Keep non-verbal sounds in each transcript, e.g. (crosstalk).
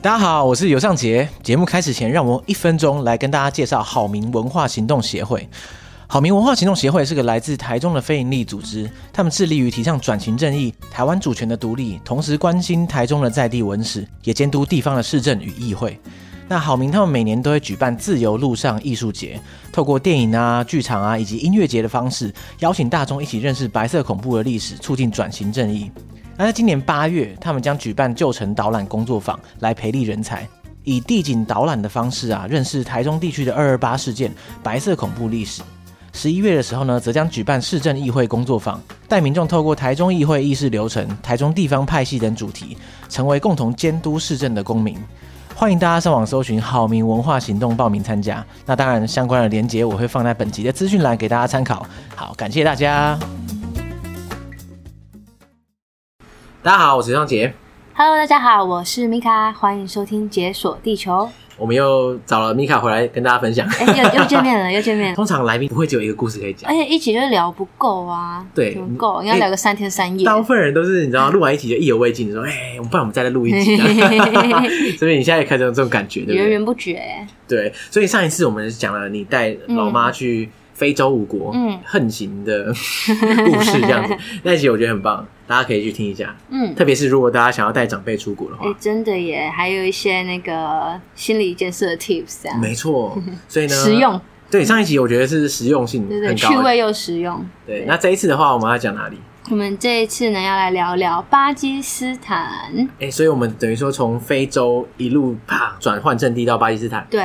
大家好，我是尤尚杰。节目开始前，让我用一分钟来跟大家介绍好民文化行动协会。好民文化行动协会是个来自台中的非营利组织，他们致力于提倡转型正义、台湾主权的独立，同时关心台中的在地文史，也监督地方的市政与议会。那好明他们每年都会举办自由路上艺术节，透过电影啊、剧场啊以及音乐节的方式，邀请大众一起认识白色恐怖的历史，促进转型正义。那在今年八月，他们将举办旧城导览工作坊，来培力人才，以地景导览的方式啊，认识台中地区的二二八事件、白色恐怖历史。十一月的时候呢，则将举办市政议会工作坊，带民众透过台中议会议事流程、台中地方派系等主题，成为共同监督市政的公民。欢迎大家上网搜寻“好民文化行动”报名参加。那当然，相关的连结我会放在本集的资讯栏给大家参考。好，感谢大家。大家好，我是张杰， Hello，大家好，我是米卡，欢迎收听《解锁地球我们又找了米卡回来跟大家分 (laughs) 享。》。哎，又又见 (laughs) 面了，又见面了，通常来宾不会只有一个故事可以讲而，且一起就是聊不够啊，对嗯聊不够，应该聊个三天三夜。大部分人都是你知道，录完一集就意犹未尽，你说哎，我们不然我们再来录一集、啊。 (laughs) (laughs) 所以你现在也开始有这种感觉，对不源对？源不绝，对，所以上一次我们讲了你带老妈去非洲五国，嗯横行的 (laughs) 故事这 (laughs) 样子，那一集我觉得很棒，大家可以去听一下。嗯，特别是如果大家想要带长辈出国的话哎，，真的耶，还有一些那个心理建设的 tips 这样，没 (laughs) 错。所以呢，实用，对上一集我觉得是实用性对对，很趣高欸的。味又实用。对，那这一次的话，我们要讲哪里？我们这一次呢，要来聊聊巴基斯坦，哎、所以我们等于说从非洲一路啪转换阵地到巴基斯坦。对，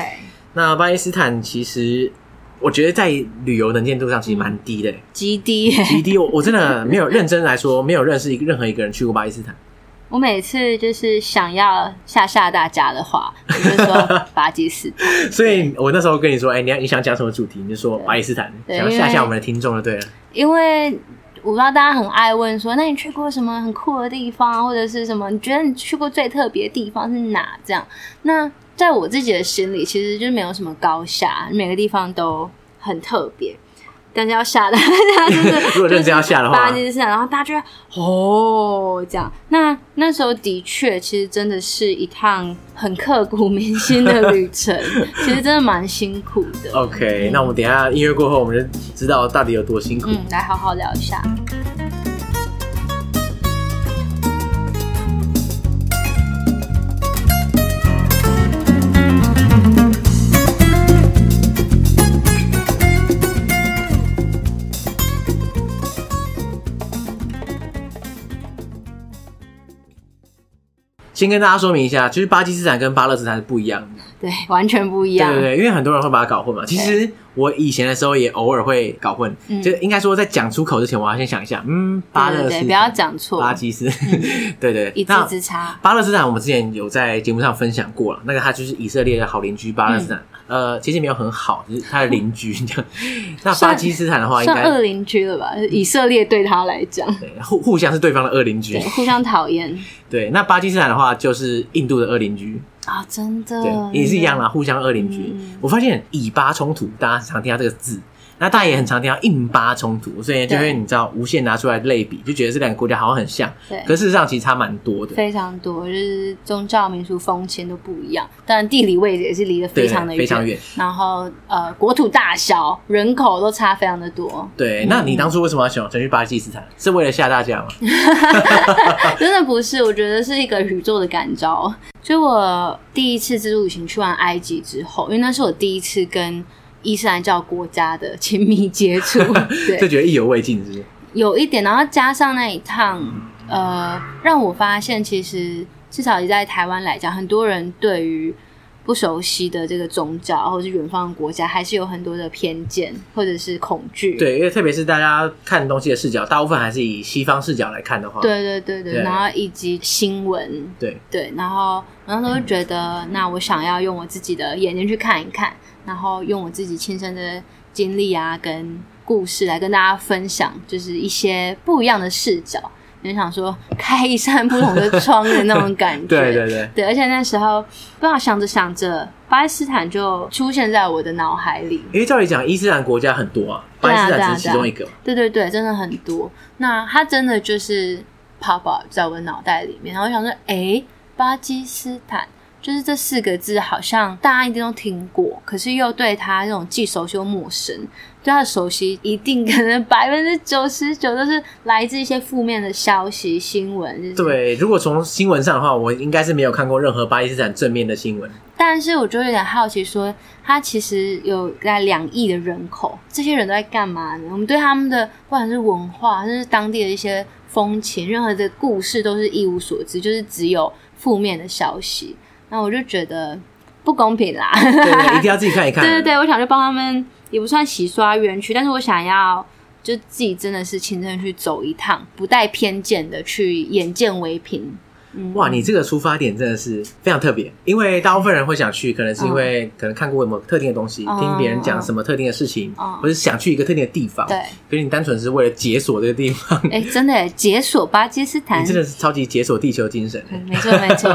那巴基斯坦其实，我觉得在旅游能见度上其实蛮低的、极低 (laughs) 耶。极低。我我真的没有认真来说，没有认识一个任何一个人去过巴基斯坦。我每次就是想要吓吓大家的话，我就说巴基斯坦。所以我那时候跟你说，哎、你要你想讲什么主题，你就说巴基斯坦，对想要因为吓吓我们的听众就对了。因为我知道大家很爱问说，那你去过什么很酷的地方，或者是什么？你觉得你去过最特别的地方是哪？这样，那在我自己的心里，其实就没有什么高下，每个地方都很特别。但是要吓大家，就是如果认真要吓的话就是巴基斯坦，然后大家就会哦这样。那那时候的确，其实真的是一趟很刻骨铭心的旅程，其实真的蛮辛苦的。 OK，、那我们等一下音乐过后，我们就知道到底有多辛苦。嗯，来好好聊一下。先跟大家说明一下，就是巴基斯坦跟巴勒斯坦是不一样的，对，完全不对一样。对对，因为很多人会把它搞混嘛。其实我以前的时候也偶尔会搞混，嗯就应该说在讲出口之前，我要先想一下，嗯，巴对勒对斯对，坦，不要讲错，巴基斯， (laughs) 对对，一字那之差。巴勒斯坦，我们之前有在节目上分享过了，那个他就是以色列的好邻居巴勒斯坦，嗯呃，其实没有很好，就是他的邻居这 (laughs) 样。那巴基斯坦的话，应算该恶邻居了吧？以色列对他来讲，对互互相是对方的恶邻居对，，互相讨厌对。那巴基斯坦的话，就是印度的恶邻居，啊，真的对，也是一样啦，互相恶邻居。嗯我发现以巴冲突，大家常听到这个字。那大家也很常听到印巴冲突，所以就会对你知道无限拿出来类比，就觉得这两个国家好像很像，对可事实上其实差蛮多的。非常多，就是宗教、民俗、风情都不一样，当然地理位置也是离得非常的对非常远。然后呃，国土大小、人口都差非常的多，对，那你当初为什么要选想去巴基斯坦？是为了吓大家吗？嗯啊真的不是，我觉得是一个宇宙的感召。就我第一次自助旅行去完埃及之后，因为那是我第一次跟伊斯兰教国家的亲密接 (laughs) 触，就对， (laughs) 觉得意犹未尽，是不是？有一点，然后加上那一趟，呃，让我发现其实至少在台湾来讲，很多人对于不熟悉的这个宗教或者是远方的国家，还是有很多的偏见或者是恐惧，对，因为特别是大家看东西的视角，大部分还是以西方视角来看的话，对对对对，对然后以及新闻，对对，然后然后都会觉得，嗯那我想要用我自己的眼睛去看一看，然后用我自己亲身的经历啊，跟故事来跟大家分享，就是一些不一样的视角，就想说开一扇不同的窗的那种感 (laughs) 觉。对对对，对而且那时候不知道想着想着，巴基斯坦就出现在我的脑海里。因为照理讲，伊斯兰国家很多啊，巴对啊基斯对坦啊只是其中一个嘛。对对对，真的很多。那它真的就是 pop up 在我的脑袋里面，然后我想说，诶，巴基斯坦，就是这四个字好像大家一定都听过，可是又对它这种既熟悉又陌生。对它的熟悉，一定可能百分之九十九都是来自一些负面的消息、新闻。就是、对，如果从新闻上的话，我应该是没有看过任何巴基斯坦正面的新闻。 (laughs) 但是我就有点好奇说，它其实有大概两亿的人口，这些人都在干嘛呢？我们对他们的不管是文化，还是当地的一呃些风情，任何的故事都是一无所知，就是只有负面的消息。那我就觉得不公平 (laughs) 啦。对对，一定要自己看一看。对对对，我想去帮他们，也不算洗刷园区，但是我想要就自己真的是亲身去走一趟，不带偏见的去眼见为凭。嗯哇，你这个出发点真的是非常特别，因为大部分人会想去，可能是因为哦可能看过某特定的东西，嗯听别人讲什么特定的事情，嗯或者想去一个特定的地方。对，可是你单纯是为了解锁这个地 (laughs) 方，哎，真的耶解锁巴基斯坦你，真的是超级解锁地球精神。嗯没错没错。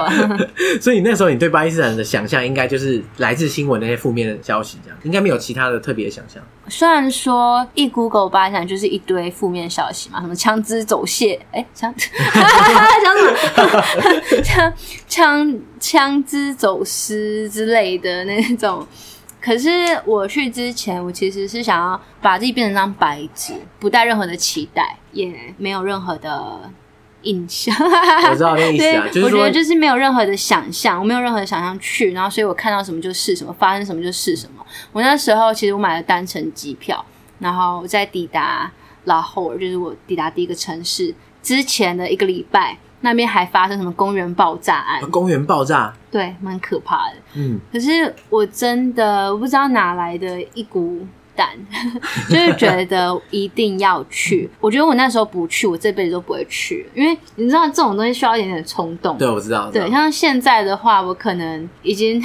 所以那时候你对巴基斯坦的想象，应该就是来自新闻那些负面的消息，这样应该没有其他的特别的想象。虽然说一 Google 巴基斯坦就是一堆负面消息嘛，什么枪支走械，哎、枪 (laughs) 枪什么 (laughs) 枪枪枪支走私之类的那种。可是我去之前，我其实是想要把自己变成张白纸，不带任何的期待，也没有任何的印象。我知道那意思啊， (laughs) 对，就是我觉说得就是没有任何的想象，我没有任何的想象去，然后所以我看到什么就是什么，发生什么就是什么。我那时候其实我买了单程机票，然后我在抵达拉霍尔，就是我抵达第一个城市之前的一个礼拜，那边还发生什么公园爆炸案，公园爆炸，对，蛮可怕的。嗯，可是我真的不知道哪来的一股胆， (laughs) 就是觉得一定要去。我觉得我那时候不去，我这辈子都不会去，因为你知道这种东西需要一点点冲动。对，我知道，我知道对，像现在的话，我可能已经， (laughs) 已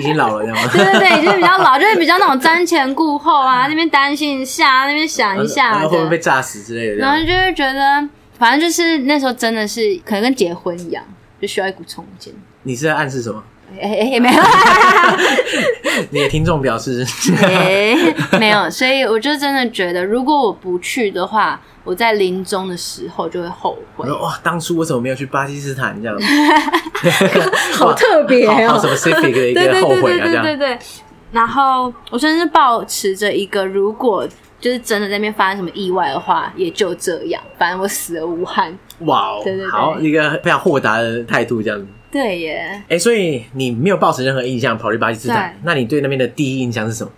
已经老了这样吗对对对，已经比较老，就是比较那种瞻前顾后啊，那边担心一下，那边想一 (laughs) 然下嗯后会不会的，被炸死之类的这然后样？就会觉得，反正就是那时候真的是可能跟结婚一样，就需要一股冲劲。你是在暗示 (laughs) 什么？哎哎哎，没有，你的听众表示 (laughs) 哎，没有，所以我就真的觉得，如果我不去的话，我在临终的时候就会后 (laughs) 我悔，说哇，当初为什么没有去巴基斯坦这样？ (laughs) 好特别好好，哦 specific 的一对 (laughs) 个对后对悔对啊，这对样对对。然后我甚至保持着一个，如果就是真的在那边发生什么意外的话，也就这样，反正我死而无憾。哇哦对对，对好一个非常豁达的态度这样子。对耶， (laughs) 哎，所以你没有抱持任何印象跑去巴基斯坦对，那你对那边的第一印象是什么？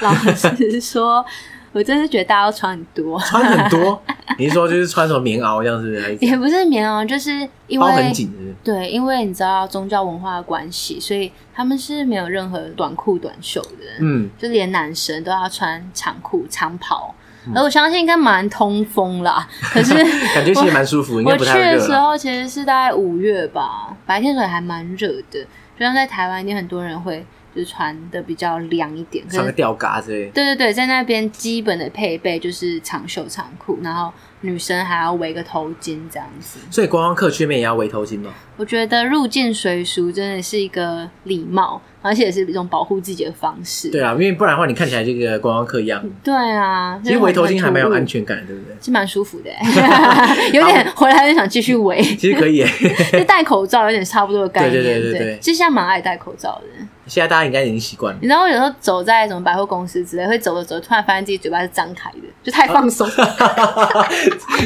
老实说，我真是觉得大家都穿很多， (laughs) 穿很多，你是说就是穿什么棉袄这样是不是？还是也不是棉袄，就是因包为很紧是不是？对，因为你知道宗教文化的关系，所以他们是没有任何短裤短袖的，嗯，就连男生都要穿长裤长嗯袍。而我相信应该蛮通风啦，可是感觉其实蛮舒服，应该我不去太会的热啊时啦。候其实是大概五月吧，白天的时候还蛮热的，就像在台湾，一定很多人会就是穿的比较凉一点。可穿个是吊嘎之类的，对对对，在那边基本的配备就是长袖长裤，然后女生还要围个头巾这样子。所以观光客去那边也要围头巾吗？我觉得入境随俗真的是一个礼貌，而且也是一种保护自己的方式。对啊，因为不然的话，你看起来就跟观光客一样。对啊，其实围头巾还蛮有安全，全感的，对不对？是蛮舒服的 (laughs) 欸，有点 (laughs) 回来就想继续围。其实可以耶， (laughs) (laughs) 就戴口罩有点差不多的概念，对对对对对其实现在蛮爱戴口罩的。现在大家应该已经习惯了。 (laughs) 你知道，我有时候走在什么百货公司之类，会走着走着，突然发现自己嘴巴是张开的，就太放 (laughs) 松。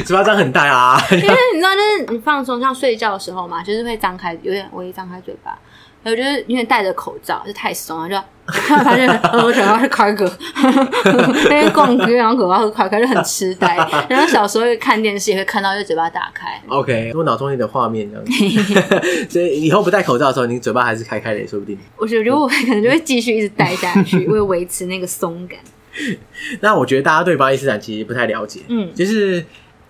嘴巴张很大啊， (laughs) 因为你知道，就是你放松，像睡觉的时候嘛，就是会张开，有点微张开嘴巴。然后就是因为戴着口罩，就太松了，就 (laughs) 突然发现，呃，我嘴巴是开个， (laughs) 因为逛街然后口罩是开开，就很痴呆。然后小时候看电视也会看到，就嘴巴打开。 OK，我脑中你的画面 (laughs) 这样子，所以以后不戴口罩的时候，你嘴巴还是开开的，说不定。我觉得我可能就会继续一直戴下 (laughs) 去，为维持那个松感。那我觉得大家对巴基斯坦其实不太了解，嗯就是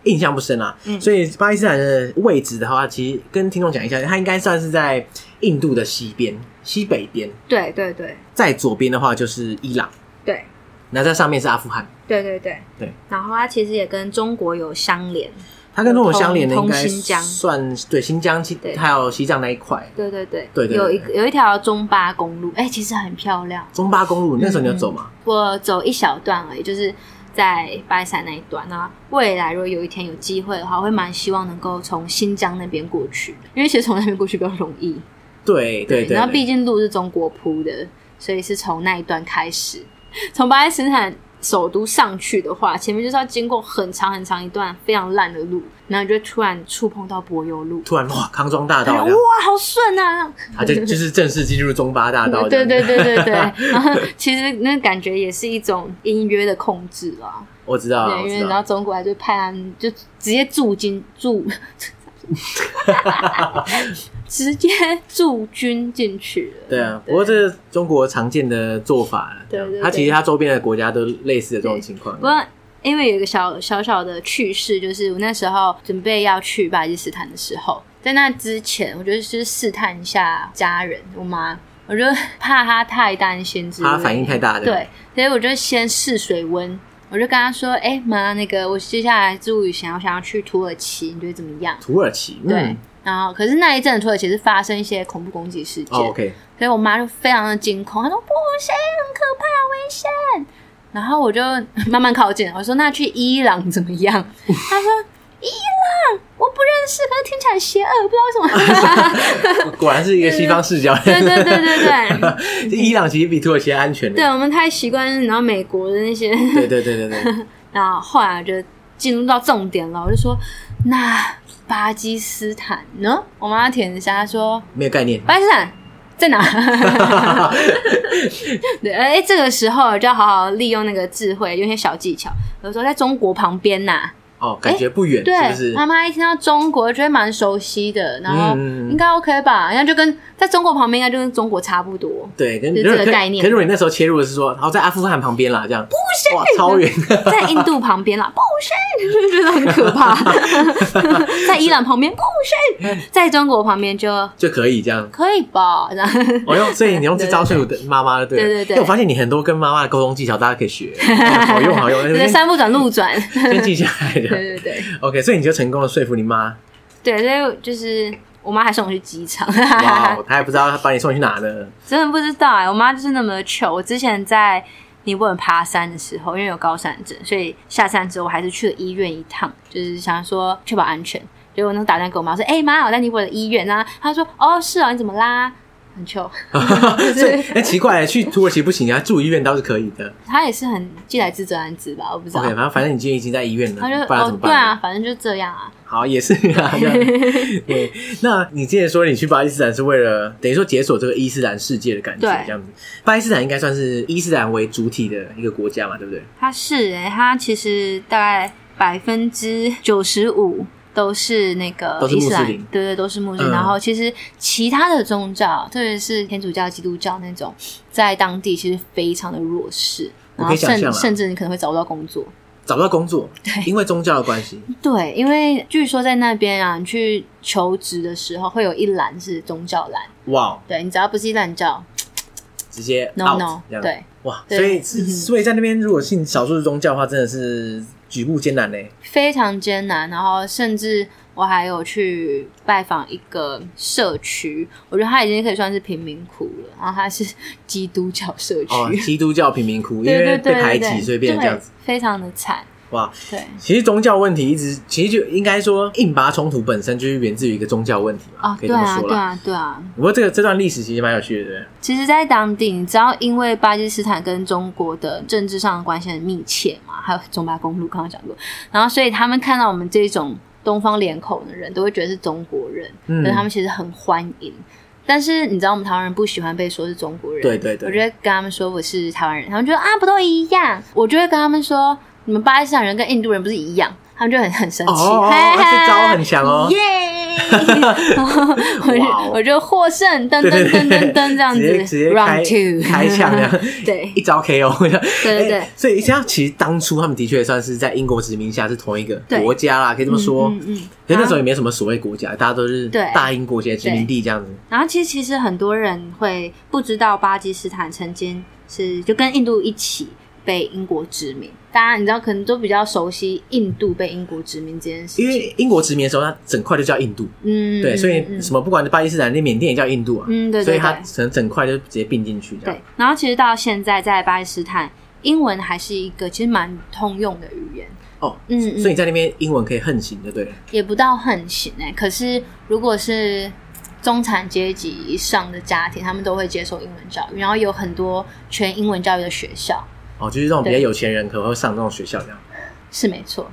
印象不深啦。嗯所以巴基斯坦的位置的话，其实跟听众讲一下，它应该算是在印度的西边、西北边，对对对再左边的话就是伊朗，对那在上面是阿富汗。对对对对。然后它其实也跟中国有相连。它跟中国相连的应通该新疆算对新疆、西对还有西藏那一块。对对对，对对对有一个有一条中巴公路，哎、其实很漂亮。中巴公路那时候你有走吗？我走一小段而已，就是在巴基斯坦那一段。那未来如果有一天有机会的话，我会蛮希望能够从新疆那边过去，因为其实从那边过去比较容易。对对对，然后毕竟路是中国铺的，所以是从那一段开始，从巴基斯坦首都上去的话，前面就是要经过很长很长一段非常烂的路，然后你就突然触碰到柏油路，突然哇，康庄大道然后这哇样，，好顺啊！啊，这就是正式进入中巴大道这对样。 (laughs) 对对对对， (laughs) 然后 (laughs) 其实那感觉也是一种隐约的控制啦。我知道，对，啊我因知为然道，后中国还就派他们就直接驻军 (laughs) 驻，直接驻军进去了。对啊。不过这是中国常见的做法了，对对对它其实它周边的国家都类似的这种情况不。过因为有一个小小小的趣事，就是我那时候准备要去巴基斯坦的时候，在那之前，我就是试探一下家人，我妈，我就怕她太担心之类的，它反应太大了，对，所以我就先试水温，我就跟她说：“哎、妈，那个我接下来住旅行，我想要去土耳其，你觉得怎么样？”土耳其，对，嗯然后可是那一阵土耳其是发生一些恐怖攻击事件，哦，OK，所以我妈就非常的惊恐，她说不行，很可怕，危险。然后我就慢慢靠近，我说那去伊朗怎么样？她说伊朗我不认识，可是听起来很邪恶，不知道为什么。 (laughs) 果然是一个西方视角。(laughs) 对对对对对，伊朗其实比土耳其还安全的对。我们太习惯是然后美国的那些，对对对对对，然后后来我就进入到重点了，我就说那巴基斯坦呢？我妈舔了一下，她说没有概念。巴基斯坦在哪？ (laughs) 对，哎、这个时候就要好好利用那个智慧，用一些小技巧。比如说，在中国旁边呐、 (laughs) 哦，感觉不远，是不哎对，是？妈妈一听到中国，觉得蛮熟悉的，然后嗯嗯嗯应该 OK 吧？然后就跟在中国旁边，应该就跟中国差不多。对，跟就这个概念可是如果你那时候切入的是说，然后在阿富汗旁边啦，这样，不哇，超远。 (laughs) 在印度旁边啦，不是，就觉得很 (laughs) 可怕。在伊朗旁边，不是，在中国旁边就就可以这样。可以吧？然后我用，所以你用这招说服妈妈的，对了对对对因为我发现你很多跟妈妈的沟通技巧，大家可以 (laughs) 学，哦好用好用。对，先三不转路 (laughs) 转。先记下来对的。对对。 (laughs) OK，所以你就成功的说服你 (laughs) 妈，对，所以就是我妈还送我去机场，哇，哦她还不知道她把你送去哪呢。真的不知道哎、我妈就是那么的糗。我之前在尼泊尔爬山的时候，因为有高山症，所以下山之后我还是去了医院一趟，就是想说确保安全。结果我那时候打电话给我妈说：“哎、妈，我在尼泊尔的医院啊。”她说：“哦，是啊，你怎么啦？”很糗， (laughs) 所以哎，奇怪，去土耳其不行啊，住医院倒是可以的。她也是很既来之则安之吧，我不知道 OK，。反正反正你今天已经在医院了，啊她就不然怎哦么，办？对啊，反正就这样啊。好，也是啊。 (laughs) 这样对，那你之前说你去巴基斯坦是为了等于说解锁这个伊斯兰世界的感觉，对这样子。巴基斯坦应该算是伊斯兰为主体的一个国家嘛，对不对？它是哎、它其实大概百分之九十五都是那个都是伊穆斯斯兰林，对对，都是穆斯嗯林。然后其实其他的宗教，特别是天主教、基督教那种，在当地其实非常的弱势，我然可后以想象甚啊甚至你可能会找不到工作。找不到工作，对因为宗教的关 (laughs) 系，对，因为据说在那边啊，你去求职的时候会有一栏是宗教栏，哇，对你只要不是伊斯兰教直接，no out no，这样，对，哇，对嗯所以是所以在那边如果信少数宗教的话，真的是举步艰 (laughs) 难嘞。非常艰难，然后甚至我还有去拜访一个社区，我觉得它已经可以算是贫民窟了，然后它是基督教社区，哦， (laughs) 基督教贫民窟，因对为对对对被排对挤，所以变成这样子，，对非常的惨，哇。对。其实宗教问题一直，其实就应该说，印巴冲突本身就是源自于一个宗教问题嘛，哦，可以对这么啊，说啦。对啊，对啊。不过这个这段历史其实蛮有趣的，对不对其实，在当地，你知道，因为巴基斯坦跟中国的政治上的关系很密切嘛，还有中巴公路，刚刚讲过，然后所以他们看到我们这种东方脸孔的人，都会觉得是中国人，嗯所以他们其实很欢迎。但是你知道，我们台湾人不喜欢被说是中国人，对对对我就会跟他们说我是台湾人，他们就说啊不都一样，我就会跟他们说你们巴基斯坦人跟印度人不是一样，他们就很很生气，哦哦哦嘿嘿这招很强哦耶！ (laughs) (laughs) 我哇哦就我就获胜，噔对对噔对噔噔噔这样子直接直接开，round two 开枪这样 (laughs) 对一招 KO。对对对哎所以像其实当初他们的确算是在英国殖民下是同一个对国家啦，可以这么说。嗯嗯嗯可是那时候也没什么所谓国家，大家都是对大英国协殖民地这样子。然后其实其实很多人会不知道巴基斯坦曾经是就跟印度一起被英国殖民，大家你知道可能都比较熟悉印度被英国殖民这件事因情。为英国殖民的时候，它整块就叫印度，嗯，对，嗯所嗯以什么不管是巴基斯坦、那缅甸也叫印度啊，嗯对对所以它对整整块就直接并进去这样对。，然后其实到现在在巴基斯坦，英文还是一个其实蛮通用的语言，哦，嗯嗯所以你在那边英文可以横行，就对了。欸也不到横行哎、可是如果是中产阶级以上的家庭，他们都会接受英文教育，然后有很多全英文教育的学校，哦，就是那种比较有钱人可能会上那种学校这样。是没 (laughs) 错。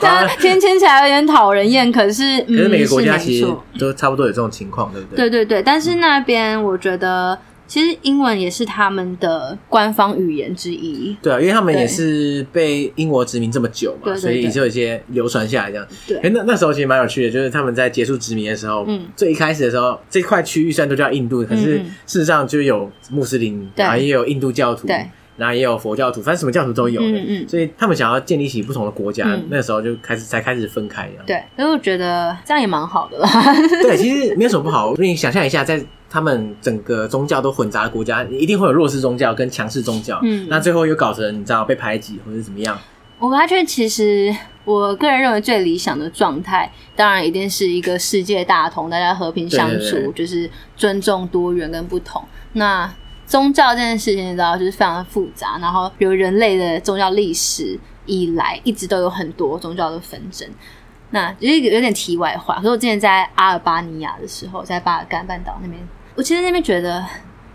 这样听听起来有点讨人厌，可是可嗯，是每个国家没其实错都差不多有这种情况，对不对？对对对，但是那边我觉得其实英文也是他们的官方语言之一。对啊，因为他们对也是被英国殖民这么久嘛，对对所以对就有一些流传下来这样。哎、对，那那时候其实蛮有趣的，就是他们在结束殖民的时候，嗯最一开始的时候，这块区域虽然都叫印度，可是嗯嗯事实上就有穆斯林，对然后也有印度教徒，对然后也有佛教徒，反正什么教徒都有的。嗯嗯所以他们想要建立起不同的国家，嗯那时候就开始才开始分开这样。对，所以我觉得这样也蛮好的啦。 (laughs) 对，其实没有什么不好。因为你想象一下，在他们整个宗教都混杂的国家，一定会有弱势宗教跟强势宗教。嗯那最后又搞成你知道被排挤或者怎么样？我发觉其实我个人认为最理想的状态，当然一定是一个世界大同，大家和平相处，对对对就是尊重多元跟不同。那宗教这件事情，你知道，就是非常的复杂，然后比如人类的宗教历史以来，一直都有很多宗教的纷争。那有点有点题外话，可是我之前在阿尔巴尼亚的时候，在巴尔干半岛那边，我其实那边觉得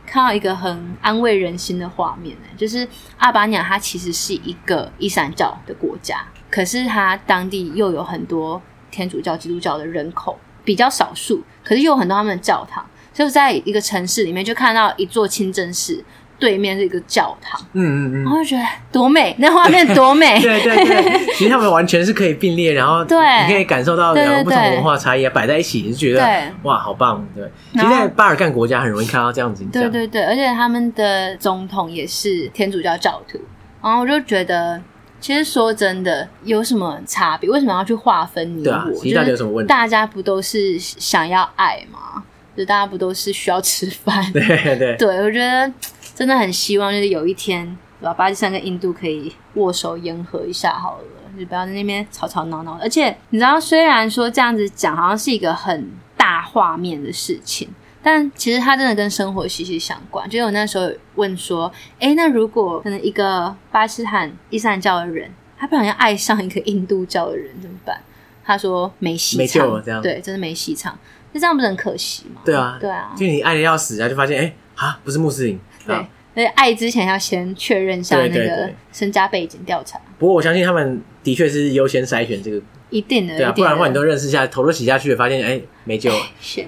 看到一个很安慰人心的画面、欸，就是阿尔巴尼亚它其实是一个伊斯兰教的国家，可是它当地又有很多天主教、基督教的人口比较少数，可是又有很多他们的教堂，所以我在一个城市里面就看到一座清真寺，对面是一个教堂，嗯嗯然嗯。后就觉得多美，那画面多 (laughs) 美，对对对，其实他们完全是可以并列，然后对你可以感受到两个不同对对对文化差异啊摆在一起，你就觉得对哇，好棒！对，其实，然后在巴尔干国家很容易看到这样的景象。对对对，而且他们的总统也是天主教教徒，然后我就觉得，其实说真的，有什么差别？为什么要去划分你对我？啊其实到底有什么问题就是大家不都是想要爱吗？就大家不都是需要吃饭？对， (laughs) 对对我觉得真的很希望，就是有一天，呃对吧？巴基斯坦跟印度可以握手言和一下好了。就不要在那边吵吵闹闹的，而且你知道，虽然说这样子讲好像是一个很大画面的事情，但其实它真的跟生活息息相关。就是我那时候有问说，诶，那如果可能一个巴基斯坦伊斯兰教的人，他不小心爱上一个印度教的人怎么办？他说没戏唱，没救了这样对，真的没戏唱。那这样不是很可惜吗？对啊对啊，就你爱的要死，然后就发现哎啊，不是穆斯林。对啊。而且爱之前要先确认一下对那对个对身家背景调查，不过我相信他们的确是优先筛选这个，一定的，对啊，一不定然的话你都的认识下，头都洗下去了，发现哎没 (laughs) 救了。 (laughs) shit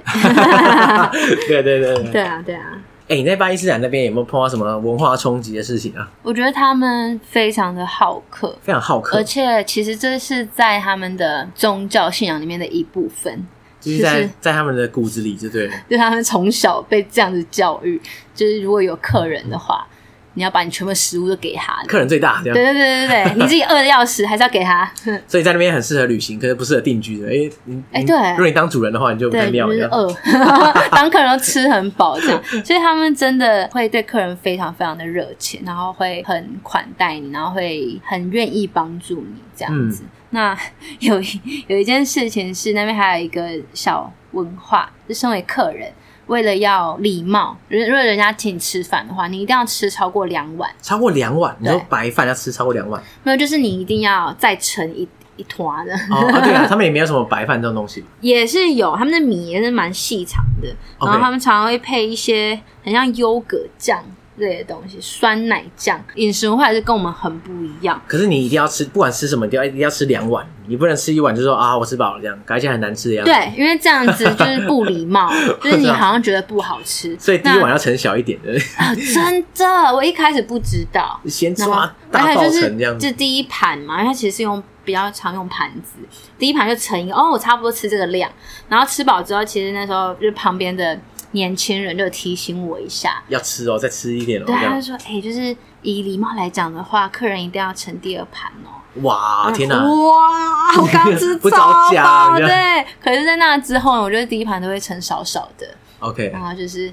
对对对对。对啊，对啊。哎、你在巴基斯坦那边有没有碰到什么文化冲击的事情啊？我觉得他们非常的好客，非常好客而，且其实这是在他们的宗教信仰里面的一部分，就是在就是在他们的骨子里，就对了。就他们从小被这样子教育，就是如果有客人的话，你要把你全部的食物都给他。嗯客人最大这对样，对对对对，你自己饿的要死，还是要给他。所以在那边很适合旅行，可是不适合定居的。哎、你哎你对如果你当主人的话，你就不太对，妙就了这是哦样。饿， (laughs) 当客人都吃很饱这样，所以他们真的会对客人非常非常的热情，然后会很款待你，然后会很愿意帮助你这样嗯子。那 (laughs) 有一有一件事情是那边还有一个小文化，就身为客人。为了要礼貌，如如果人家请你吃饭的话，你一定要吃超过两碗，超过两碗，你说对白饭要吃超过两 (laughs) 碗没有就是你一定要再盛一一团的。哦啊？对啊，他们也没有什么白饭这种东西。也是有，他们的米也是蛮细长的 OK 然后他们常常会配一些很像优格酱类的东西，酸奶 (laughs) 酱，饮食文化还是跟我们很不一样。可是你一定要吃，不管吃什么，你都要一定要吃两碗，你不能吃一碗就说啊我吃饱了这样，感觉很难吃的样子。，对，因为这样子就是不礼 (laughs) 貌，就是你好像觉得不好吃，所以第一那碗要盛小一点的，啊 (laughs) 真的，我一开始不知道，先然后抓还啊大有爆就是盛这样子。就第一盘嘛，因为它其实是用比较常用盘子，第一盘就盛一个，哦，我差不多吃这个量，然后吃饱之后，其实那时候就是旁边的年轻人就提醒我一下，要吃哦，再吃一点哦，这对，他样就说，哎、就是以礼貌来讲的话，客人一定要盛第二盘哦。哇，啊天哪！哇，我刚吃 (laughs) 不超着家饱，对。可是，在那之后呢，我觉得第一盘都会盛少少的， OK，然后就是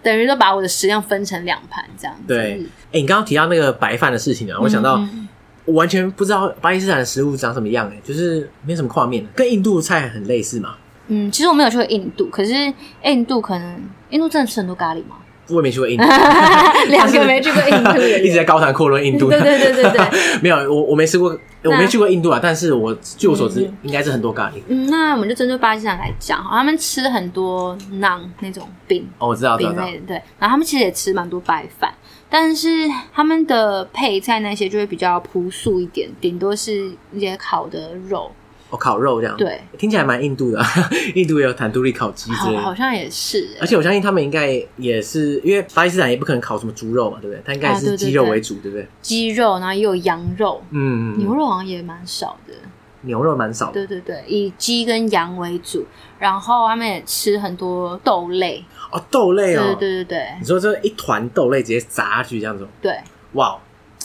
等于说把我的食量分成两盘这样子。对，哎、你刚刚提到那个白饭的事情啊，我想嗯到我完全不知道巴基斯坦的食物长什么样、哎，就是没什么画面，跟印度菜很类似嘛。嗯，其实我没有去过印度，可是印度可能印度真的吃很多咖喱吗？ (laughs) 我也没去过印度，两个没去过印度的 (laughs) 人一直在高谈阔论印度。对对对对对。没有，我我没吃过，我没那去过印度啊。但是我据我所知，应该是很多咖喱。嗯，那我们就针对巴基斯坦来讲，好，他们吃很多 naan 那种饼哦，我知道，知道，饼知道。类的，对，然后他们其实也吃蛮多白饭，但是他们的配菜那些就会比较朴素一点，顶多是一些烤的肉，哦，烤肉这样，对，听起来蛮印度的啊。 (laughs) 印度也有坦杜里烤鸡之好类好的。哎像也是、欸而且我相信他们应该也是，因为巴基斯坦也不可能烤什么猪肉嘛，对不对？它应该啊也对是对鸡肉对为主，对不对？鸡肉，然后也有羊肉，嗯，嗯嗯牛肉好像也蛮少的，牛肉蛮少的。对对对，以鸡跟羊为主，然后他们也吃很多豆类，哦，豆类对哦对，对对对你说这一团豆类直接砸下去这样子哦，对，哇！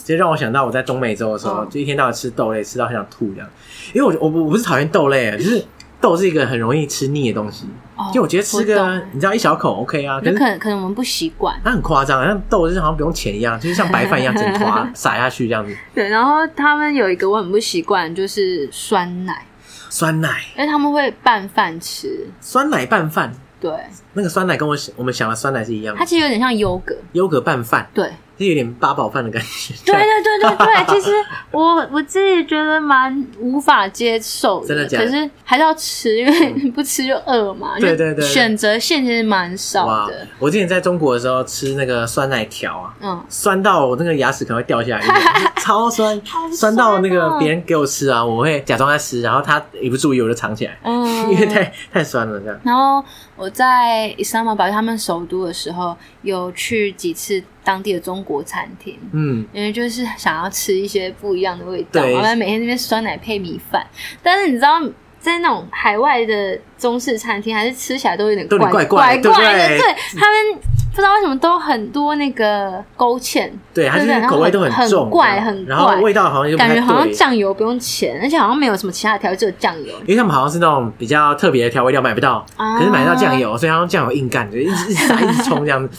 这让我想到我在中美洲的时候，嗯就一天到晚吃豆类，吃到很想吐这样。因为我我我不是讨厌豆类，啊就是豆是一个很容易吃腻的东西。哦就我觉得吃我个懂你知道一小口 OK 啊，可那是可能可能我们不习惯，它很夸张，像豆就是好像不用钱一样，就是像白饭一样整 (laughs) 坨啊撒下去这样子。对，然后他们有一个我很不习惯，就是酸奶，酸奶，因为他们会拌饭吃，酸奶拌饭，对，那个酸奶跟我想我们想的酸奶是一样它的，其实有点像优格，优格拌饭，对，是有点八宝饭的感觉。(laughs) 对对对对对， (laughs) 其实我我自己觉得蛮无法接受真的假的嗯可是还是要吃，因为 (laughs) 不吃就饿嘛，对就对对对选择性其实蛮少哇的，！我之前在中国的时候吃那个酸奶条啊，嗯，酸到我那个牙齿可能会掉下来， (laughs) 就是超酸，好酸到那酸个哦别人给我吃啊，我会假装在吃，然后他一不注意我就藏起来，嗯 (laughs) 因为太太酸了这样。然后我在伊斯兰堡他们首都的时候，有去几次当地的中国餐厅，嗯，因为就是想要吃一些不一样的味道嘛，对我们每天那边酸奶配米饭，但是你知道。在那种海外的中式餐厅，还是吃起来都有点都有点怪怪怪怪的。对不对对他们不知道为什么都很多那个勾芡，对，它就对是然后口味都很重，怪这样很然后怪味道好像就不感太觉好像对。酱油不用钱，而且好像没有什么其他的调味，只有酱油。因为他们好像是那种比较特别的调味料买不到，啊可是买到酱油，所以他用酱油硬干，就一直一直撒一直冲这样子。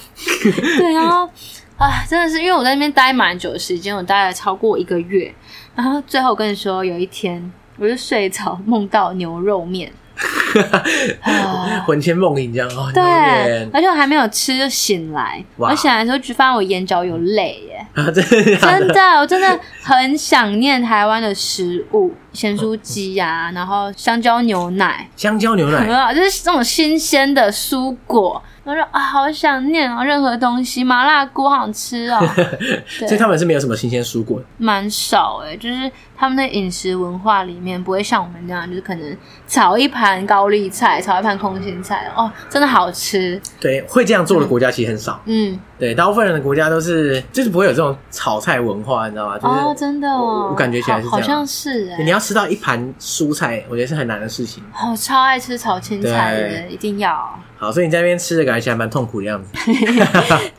对，然后啊，真的是因为我在那边待蛮久的时间，我待了超过一个月，然后最后我跟你说，有一天我就睡着梦到牛 (laughs) 肉面，啊魂牵梦萦这样哦，对有点，而且我还没有吃就醒来，哇我醒来的时候就发现我眼角有泪耶，啊， (laughs) 真的假真的？的，我真的很想念台湾的食物，咸酥 (laughs) 鸡呀、然后香蕉牛奶，香蕉牛很奶，好，就是这种新鲜的蔬果。我说啊，好想念哦，任何东西，麻辣锅好想吃 (laughs) 哦。 (laughs) 对所以他们是没有什么新鲜蔬果的。蛮少哎、就是他们的饮食文化里面不会像我们那样，就是可能炒一盘高丽菜，炒一盘空心菜，哦，真的好吃。对，会这样做的国家其实很少。嗯，对，大部分人的国家都是就是不会有这种炒菜文化，你知道吗？就是、哦，真的我哦，我感觉起来是好这样好像是哎、你要吃到一盘蔬菜，我觉得是很难的事情。我、哦超爱吃炒青菜的，对一定要。好，所以你在那边吃的感觉起来蛮痛苦的样子。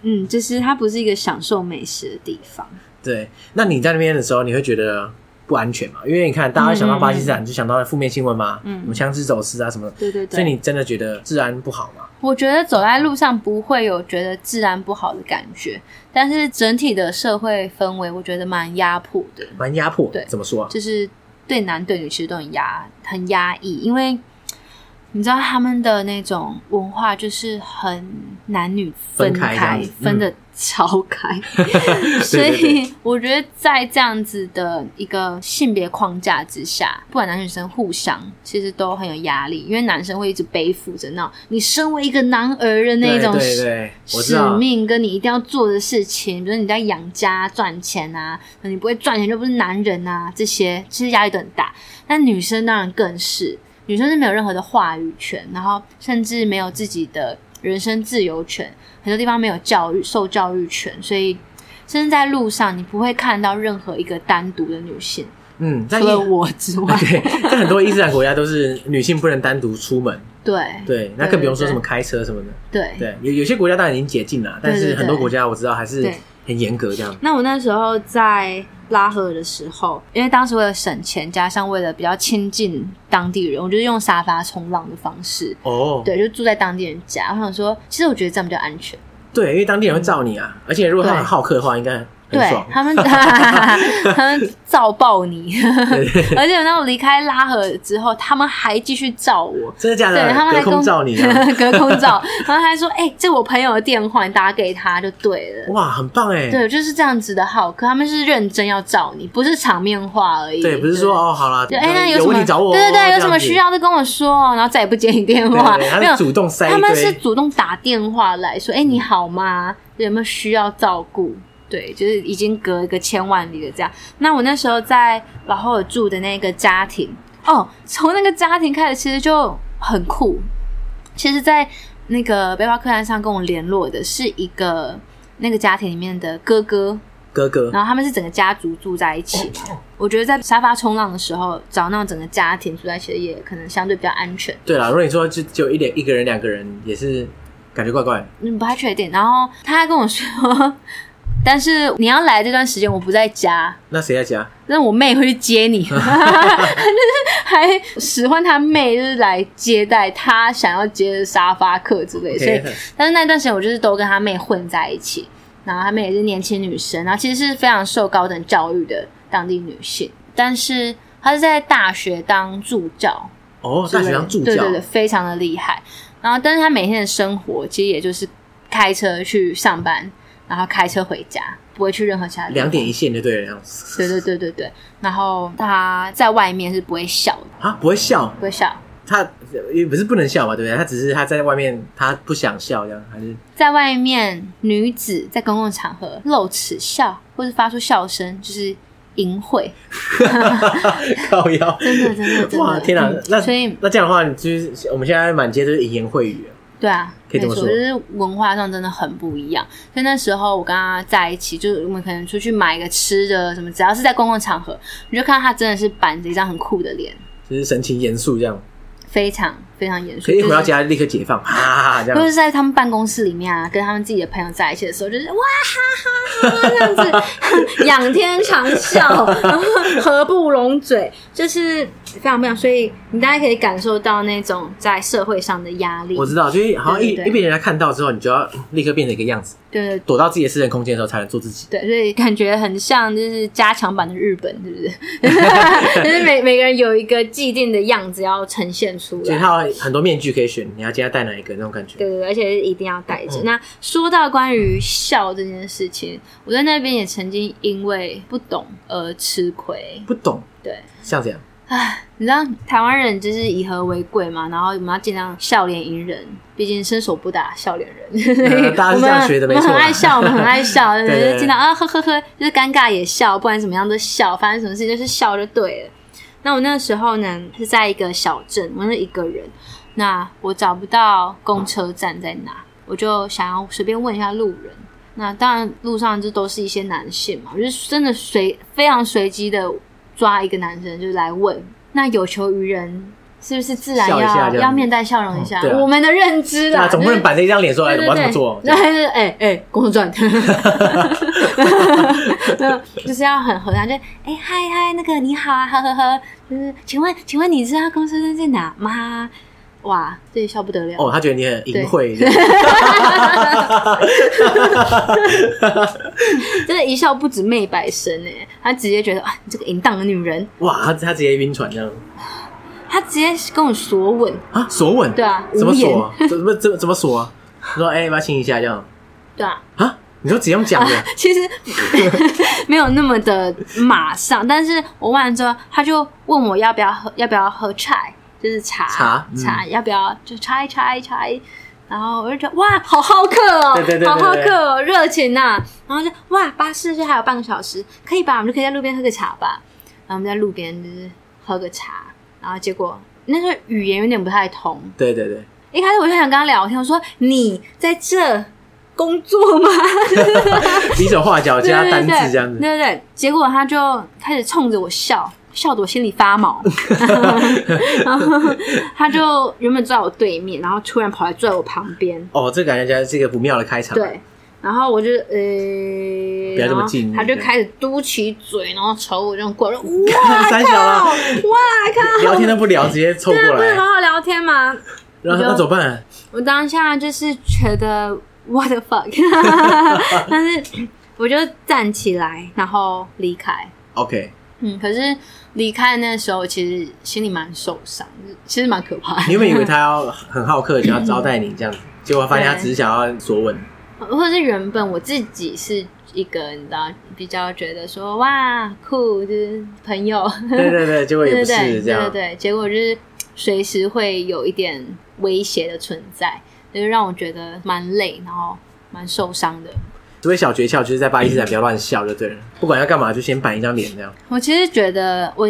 嗯，就是它不是一个享受美食的地方。对，那你在那边的时候，你会觉得不安全嘛？因为你看，大家想到巴基斯坦就想到负面新闻嘛，嗯什么枪支走私啊什么的。对对对，所以你真的觉得治安不好嘛？我觉得走在路上不会有觉得治安不好的感觉，但是整体的社会氛围，我觉得蛮压迫的。蛮压迫。对怎么说啊？就是对男对女其实都很压很压抑，因为你知道他们的那种文化就是很男女分分开这样子嗯分的超开， (laughs) 所对对以我觉得在这样子的一个性别框架之下，不管男女生互相其实都很有压力，因为男生会一直背负着那种你身为一个男儿的那种对对对，我知使道。命跟你一定要做的事情，比如你在养家赚钱啊，你不会赚钱就不是男人啊，这些其实压力都很大。但女生当然更是，女生是没有任何的话语权，然后甚至没有自己的人身自由权，很多地方没有教育受教育权，所以甚至在路上你不会看到任何一个单独的女性，嗯，在，除了我之 (laughs) 外对，在很多伊斯兰国家都是女性不能单独出门，对对，那更不用说对对什么开车什么的。对对，有有些国家当然已经解禁了，但对是对很多对国家我知道还是对很严格这样。那我那时候在拉合的时候，因为当时为了省钱，加上为了比较亲近当地人，我就是用沙发冲浪的方式，哦，对，就住在当地人家。我想说，其实我觉得这样比较安全。对，因为当地人会罩你啊，而且如果他很好客的话，应该很对爽。他们， (laughs) 他们照爆 (laughs) 你，而且当我离开拉合之后，他们还继续照我，真的假的对他？们还呃隔空跟照你啊！ (laughs) 隔空照，然后还说：“哎、这我朋友的电话，你打给他就对 (laughs) 了。”哇，很棒哎！对，就是这样子的好客，他们是认真要照你，不是场面话而已。对，不是说哦，好啦，对，哎、那有什么问题找我哦，对对对，有这什样么子需要就跟我说，然后再也不接你电话，对对他没是有，主动塞一他们堆是主动打电话来说，哎、你好吗？有没有需要照顾？对，就是已经隔一个千万里了这样。那我那时候在老后尔住的那个家庭，哦，从那个家庭开始，其实就很酷。其实，在那个背包客栈上跟我联络的是一个那个家庭里面的哥哥，哥哥然后他们是整个家族住在一起嘛。哦我觉得在沙发冲浪的时候，找那种整个家庭住在一起的，也可能相对比较安全。对啦，如果你说就只有一点一个人、两个人，也是感觉怪怪。嗯，不太确定。然后他还跟我说，但是你要来这段时间我不在家，那谁在家？那我妹会去接你，就是还使唤他妹，就是来接待他想要接的沙发客之类的。所以 OK 但是那段时间我就是都跟他妹混在一起，然后他妹也是年轻女生，然后其实是非常受高等教育的当地女性，但是她是在大学当助教，哦，大学当助教，对对对，非常的厉害。然后，但是她每天的生活其实也就是开车去上班，然后开车回家，不会去任何其他地方两点一线就对了这样子。对对对对对，然后他在外面是不会笑的，啊，不会笑，不会笑，他也不是不能笑嘛，对不对？他只是他在外面，他不想笑这样，还 (laughs) 是在外面女子在公共场合露齿笑或是发出笑声，就是淫秽，靠腰？真的真的真的。哇，天哪嗯！那所以那这样的话，你就是我们现在满街都是淫言秽语，对啊，可以没这么错，说就是文化上真的很不一样。所以那时候我跟他在一起，就是我们可能出去买个吃的什么，只要是在公共场合，你就看到他真的是板着一张很酷的脸，就是神情严肃这样。非常非常严肃。所以一回到就是家立刻解放，哈哈哈这或者样。是在他们办公室里面啊，跟他们自己的朋友在一起的时候，就是哇哈哈哈这样子， (laughs) 仰天长啸，然后合不拢嘴，就是非常不一样。所以你大家可以感受到那种在社会上的压力我，知道，就是好像一对对对一被人家看到之后，你就要立刻变成一个样子，对对躲到自己的私人空间的时候才能做自己。对，所以感觉很像就是加强版的日本，是不是？就是每每个人有一个既定的样子要呈现出所以来。它有很多面具可以选，你要今天戴哪一个那种感觉。对对，对而且是一定要带着。那说到关于笑这件事情，我在那边也曾经因为不懂而吃亏。不懂，对，像这样，唉，你知道台湾人就是以和为贵嘛，然后我们要尽量笑脸迎人，毕竟伸手不打笑脸人。呃大家是这样学的 (laughs) 我们没错我们很爱笑，我们很爱 (laughs) 笑，对对对就是尽量啊呵呵呵，就是尴尬也笑，不然怎么样都笑，发生什么事就是笑就对了。那我那个时候呢是在一个小镇，我是一个人，那我找不到公车站在哪，我就想要随便问一下路人。那当然，路上就都是一些男性嘛，我就是真的随非常随机的抓一个男生就来问，那有求于人是不是自然笑一下要这样要面带笑容一下？嗯对啊我们的认知啦，那总不能就是板着一张脸说，哎，对我对要怎么对，(laughs) 做？那还是哎哎，工作 (laughs) 赚，那就是要很和善，就哎嗨嗨，那个你好啊，呵呵呵，就是请问请问你知道公车站在哪吗？哇，这笑不得了。哦，他觉得你很淫对秽，真的，一笑不止媚百身哎，他直接觉得啊，你这个淫荡的女人，哇，他他直接晕船这样他直接跟我索吻，啊，索吻，对啊怎么无言锁啊？怎么怎么怎么锁啊？你说，哎，要不要亲一下这样对啊，啊？你说只用讲的，其实没有那么的马上，但是我问完之后，他就问我要不要喝，要不要喝茶，就是 (laughs) 茶茶嗯要不要就茶茶茶，然后我就觉得哇，好好客哦，对对对对好好客哦，热情呐、然后就哇，巴士就还有半个小时，可以吧？我们就可以在路边喝个茶吧。然后我们在路边就是喝个茶，然后结果那时候语言有点不太通，对对 (laughs) 对，一开始我就想跟他聊天，我说你在这工作吗？ (laughs) 比手画脚加单字这样子，对对对，结果他就开始冲着我笑，笑得我心里 (laughs) 发毛。然后他就原本坐在我对面，然后突然跑来坐在我旁 (laughs) 边，哦，这感觉起来是一个不妙的开场，对。然后我就呃，不要这么然后近他就开始嘟起嘴，然后朝我这种 (laughs) 过来，哇三小靠，啦哇靠，聊天都不聊，直接凑过对啊不能来，好好聊天吗？然后你就那怎么办？我当下就是觉得 what the (laughs) fuck，但是我就站起来，然后离开。 OK，嗯，可是离开那时候，其实心里蛮受伤，其实蛮可怕的。你原本以为他要很好客，想要招待你这样子，结果发现他只是想要索吻。 (laughs) 或者是原本我自己是一个你知道比较觉得说哇酷就是朋友，对对对，结果也对不对对是这对样。对，结果就是随时会有一点威胁的存在，就是让我觉得蛮累，然后蛮受伤的。所以小诀窍就是在巴基斯坦不要乱笑就对了，不管要干嘛就先板一张脸这样。我其实觉得我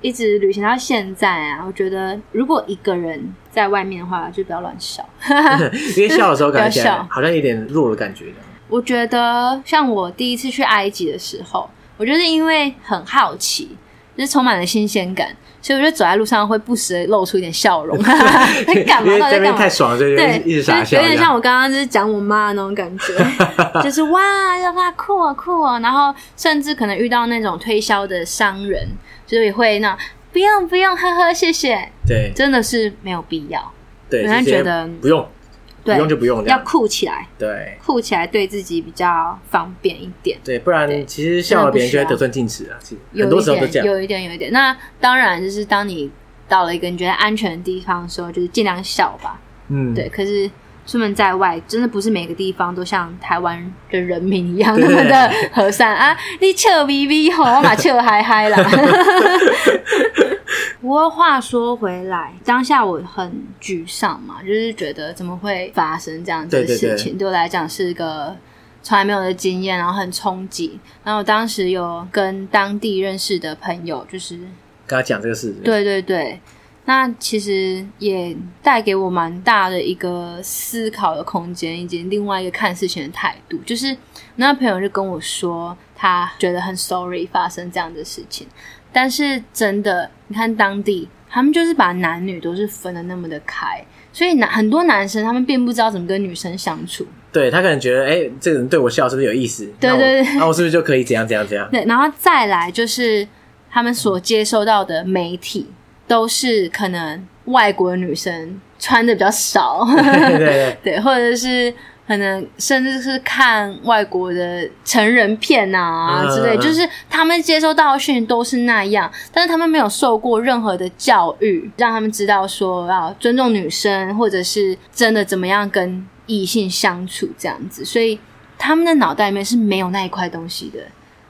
一直旅行到现在啊，我觉得如果一个人在外面的话，就不要乱笑。因为笑的时候感觉起不要来笑好像有点弱的感觉这样。我觉得像我第一次去埃及的时候，我就是因为很好奇，就是充满了新鲜感，所以我就走在路上会不时的露出一点笑 (laughs) 容。在干因嘛？为到在那底在边干太嘛？爽，所以就对，一直就是傻笑有这点像样。我刚刚就是讲我妈的那种感 (laughs) 觉，就是哇，要她酷啊酷啊，然后甚至可能遇到那种推销的商人，就是也会那种不用不用，呵呵，谢谢，对真的是没有必要，对，我现在就觉得不用，不对，用就不用这要样。酷起来，对酷起来对自己比较方便一点。对，不然对其实笑了别人就会得寸进尺啊。其实很多时候都这样。有一点，有一点，有一点。那当然，就是当你到了一个你觉得安全的地方的时候，就是尽量笑吧。嗯，对，可是出门在外，真的不是每个地方都像台湾的人民一样对那么的和善啊！你笑咪咪吼，我嘛笑嗨 (laughs) 嗨啦。不过话说回来，当下我很沮丧嘛，就是觉得怎么会发生这样子的对对对事情？对我来讲是一个从来没有的经验，然后很冲击。然后我当时有跟当地认识的朋友，就是跟他讲这个事。，对对对，那其实也带给我蛮大的一个思考的空间，以及另外一个看事情的态度。就是那朋友就跟我说，他觉得很 sorry 发生这样的事情，但是真的，你看当地他们就是把男女都是分的那么的开，所以男很多男生他们并不知道怎么跟女生相处。对他可能觉得，哎，这个人对我笑是不是有意思？对那我对对那我是不是就可以怎样怎样怎样？ (laughs) 对，然后再来就是他们所接收到的媒体都是可能外国女生穿的比 (laughs) 较少，对对对，对，或者是可能甚至是看外国的成人片啊嗯之类，就是他们接收到的讯息都是那样，但是他们没有受过任何的教育，让他们知道说要尊重女生，或者是真的怎么样跟异性相处这样子，所以他们的脑袋里面是没有那一块东西的。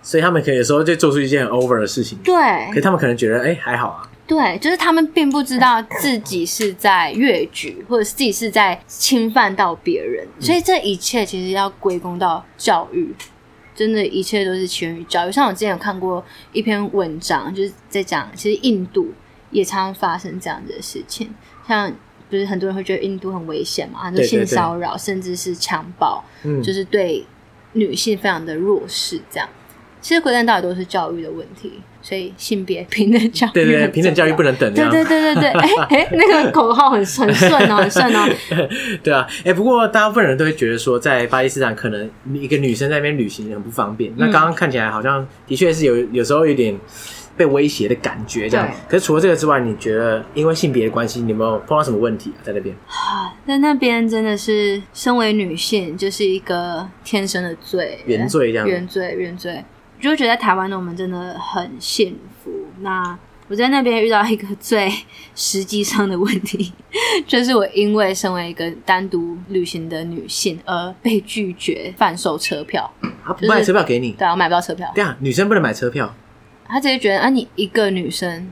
所以他们可以有时候就做出一件很 over 的事情，对可，是他们可能觉得，哎，还好啊。对，就是他们并不知道自己是在越矩，或者是自己是在侵犯到别人，嗯所以这一切其实要归功到教育。真的，一切都是起源于教育。像我之前有看过一篇文章，就是在讲，其实印度也常常发生这样子的事情。像不是很多人会觉得印度很危险嘛，啊就对对性对骚扰，甚至是强暴，嗯，就是对女性非常的弱势。这样，其实归根到底都是教育的问题，所以性别平等教育很重对要，对对，平等教育不能等这对样。对对对对，哎、哎、那个口号很很顺哦，很顺 (laughs) 哦。对啊，哎、不过大部分人都会觉得说，在巴基斯坦可能一个女生在那边旅行很不方便。嗯那刚刚看起来好像的确是有有时候有点被威胁的感觉这样对。可是除了这个之外，你觉得因为性别的关系，你有没有碰到什么问题、啊、在那边？啊在那边真的是，身为女性就是一个天生的罪，原罪这样原罪，原罪。我就觉得在台湾的我们真的很幸福。那我在那边遇到一个最实际上的问题， (laughs) 就是我因为身为一个单独旅行的女性而被拒绝贩售车票，他不卖车票给你，对啊，我买不到车票。对啊，女生不能买车票，他直接觉得啊，你一个女生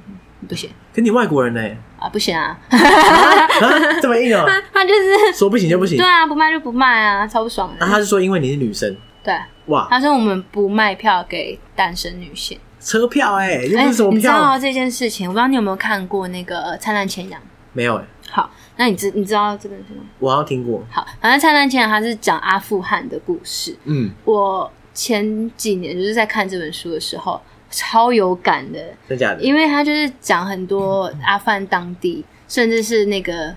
不行可你外国 (laughs) 人呢、啊，不行啊，啊，这么硬哦、 (laughs) 他就是说不行就不行对。啊，不卖就不卖啊，超不爽那、的。他是说因为你是女生，对，哇，他说我们不卖票给单身女性。车票哎、又哎不是什么你知票，道这件事情，我不知道你有没有看过那个呃《灿烂前阳》。没有哎、好，那你知你知道这本书吗？我好像听过，好，反正《灿烂前阳》它是讲阿富汗的故事。嗯，我前几年就是在看这本书的时候，超有感的，真假的？因为他就是讲很多阿富汗当地，甚至是那个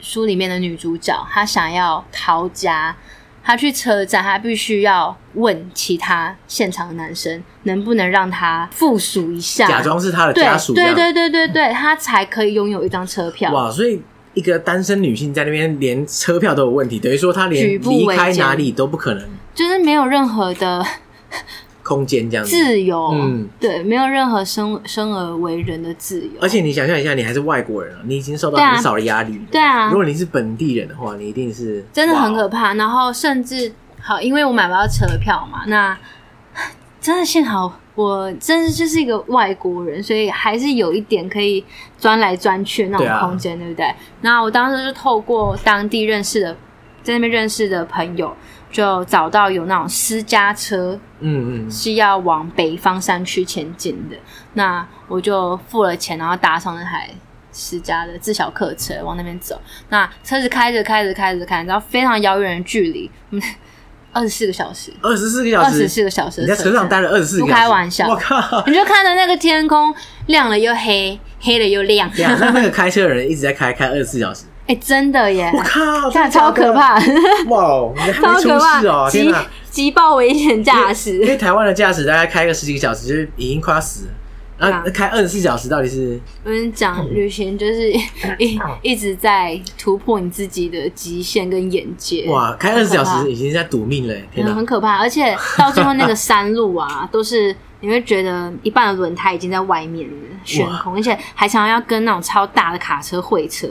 书里面的女主角，她想要逃家，她去车站，她必须要问其他现场的男生能不能让她附属一下，假装是他的对呃家属这对样。对对对对，她才可以拥有一张车票。哇，所以一个单身女性在那边连车票都有问题，等于说她举连步离维开艰哪里都不可能就是没有任何的空间这样子。自由，嗯对，没有任何生生而为人的自由。而且你想象一下，你还是外国人啊，你已经受到对啊很少的压力了。对啊如果你是本地人的话，你一定是真的很哇可怕。然后甚至好，因为我买不到车票嘛，那真的幸好我真的就是一个外国人，所以还是有一点可以钻来钻去的那种对啊空间，对不对？那我当时就透过当地认识的，在那边认识的朋友，就找到有那种私家车嗯嗯，是要往北方山区前进的。那我就付了钱，然后搭上那台私家的自小客车往那边走。那车子开着开着开着开着，然后非常遥远的距离，嗯，二十四个小时，二十四个小二时，十四个小时你的在车车上待了二十四个小时，不开玩笑我靠！ (laughs) 你就看着那个天空亮了又黑，黑了又亮，对啊，那那个开车的人一直在开，开二十四小时， (laughs) 哎、真的耶我，靠，真的看着假超的可！怕，哇哦，你还 (laughs) 超没出可事哦怕，！天极哪！极爆危险驾驶因。 (laughs) 为台湾的驾驶大概开个十几个小时，就是已经快要死了。然后对开二十四小时到底是我跟你讲，旅行就是一一直在突破你自己的极限跟眼界。哇，开二十小很可怕时已经在赌命了，天嗯，哪很！可怕。而且到最后那个山路啊，都是你会觉得一半的轮胎已经在外面了，悬空，而且还常常要跟那种超大的卡车会车，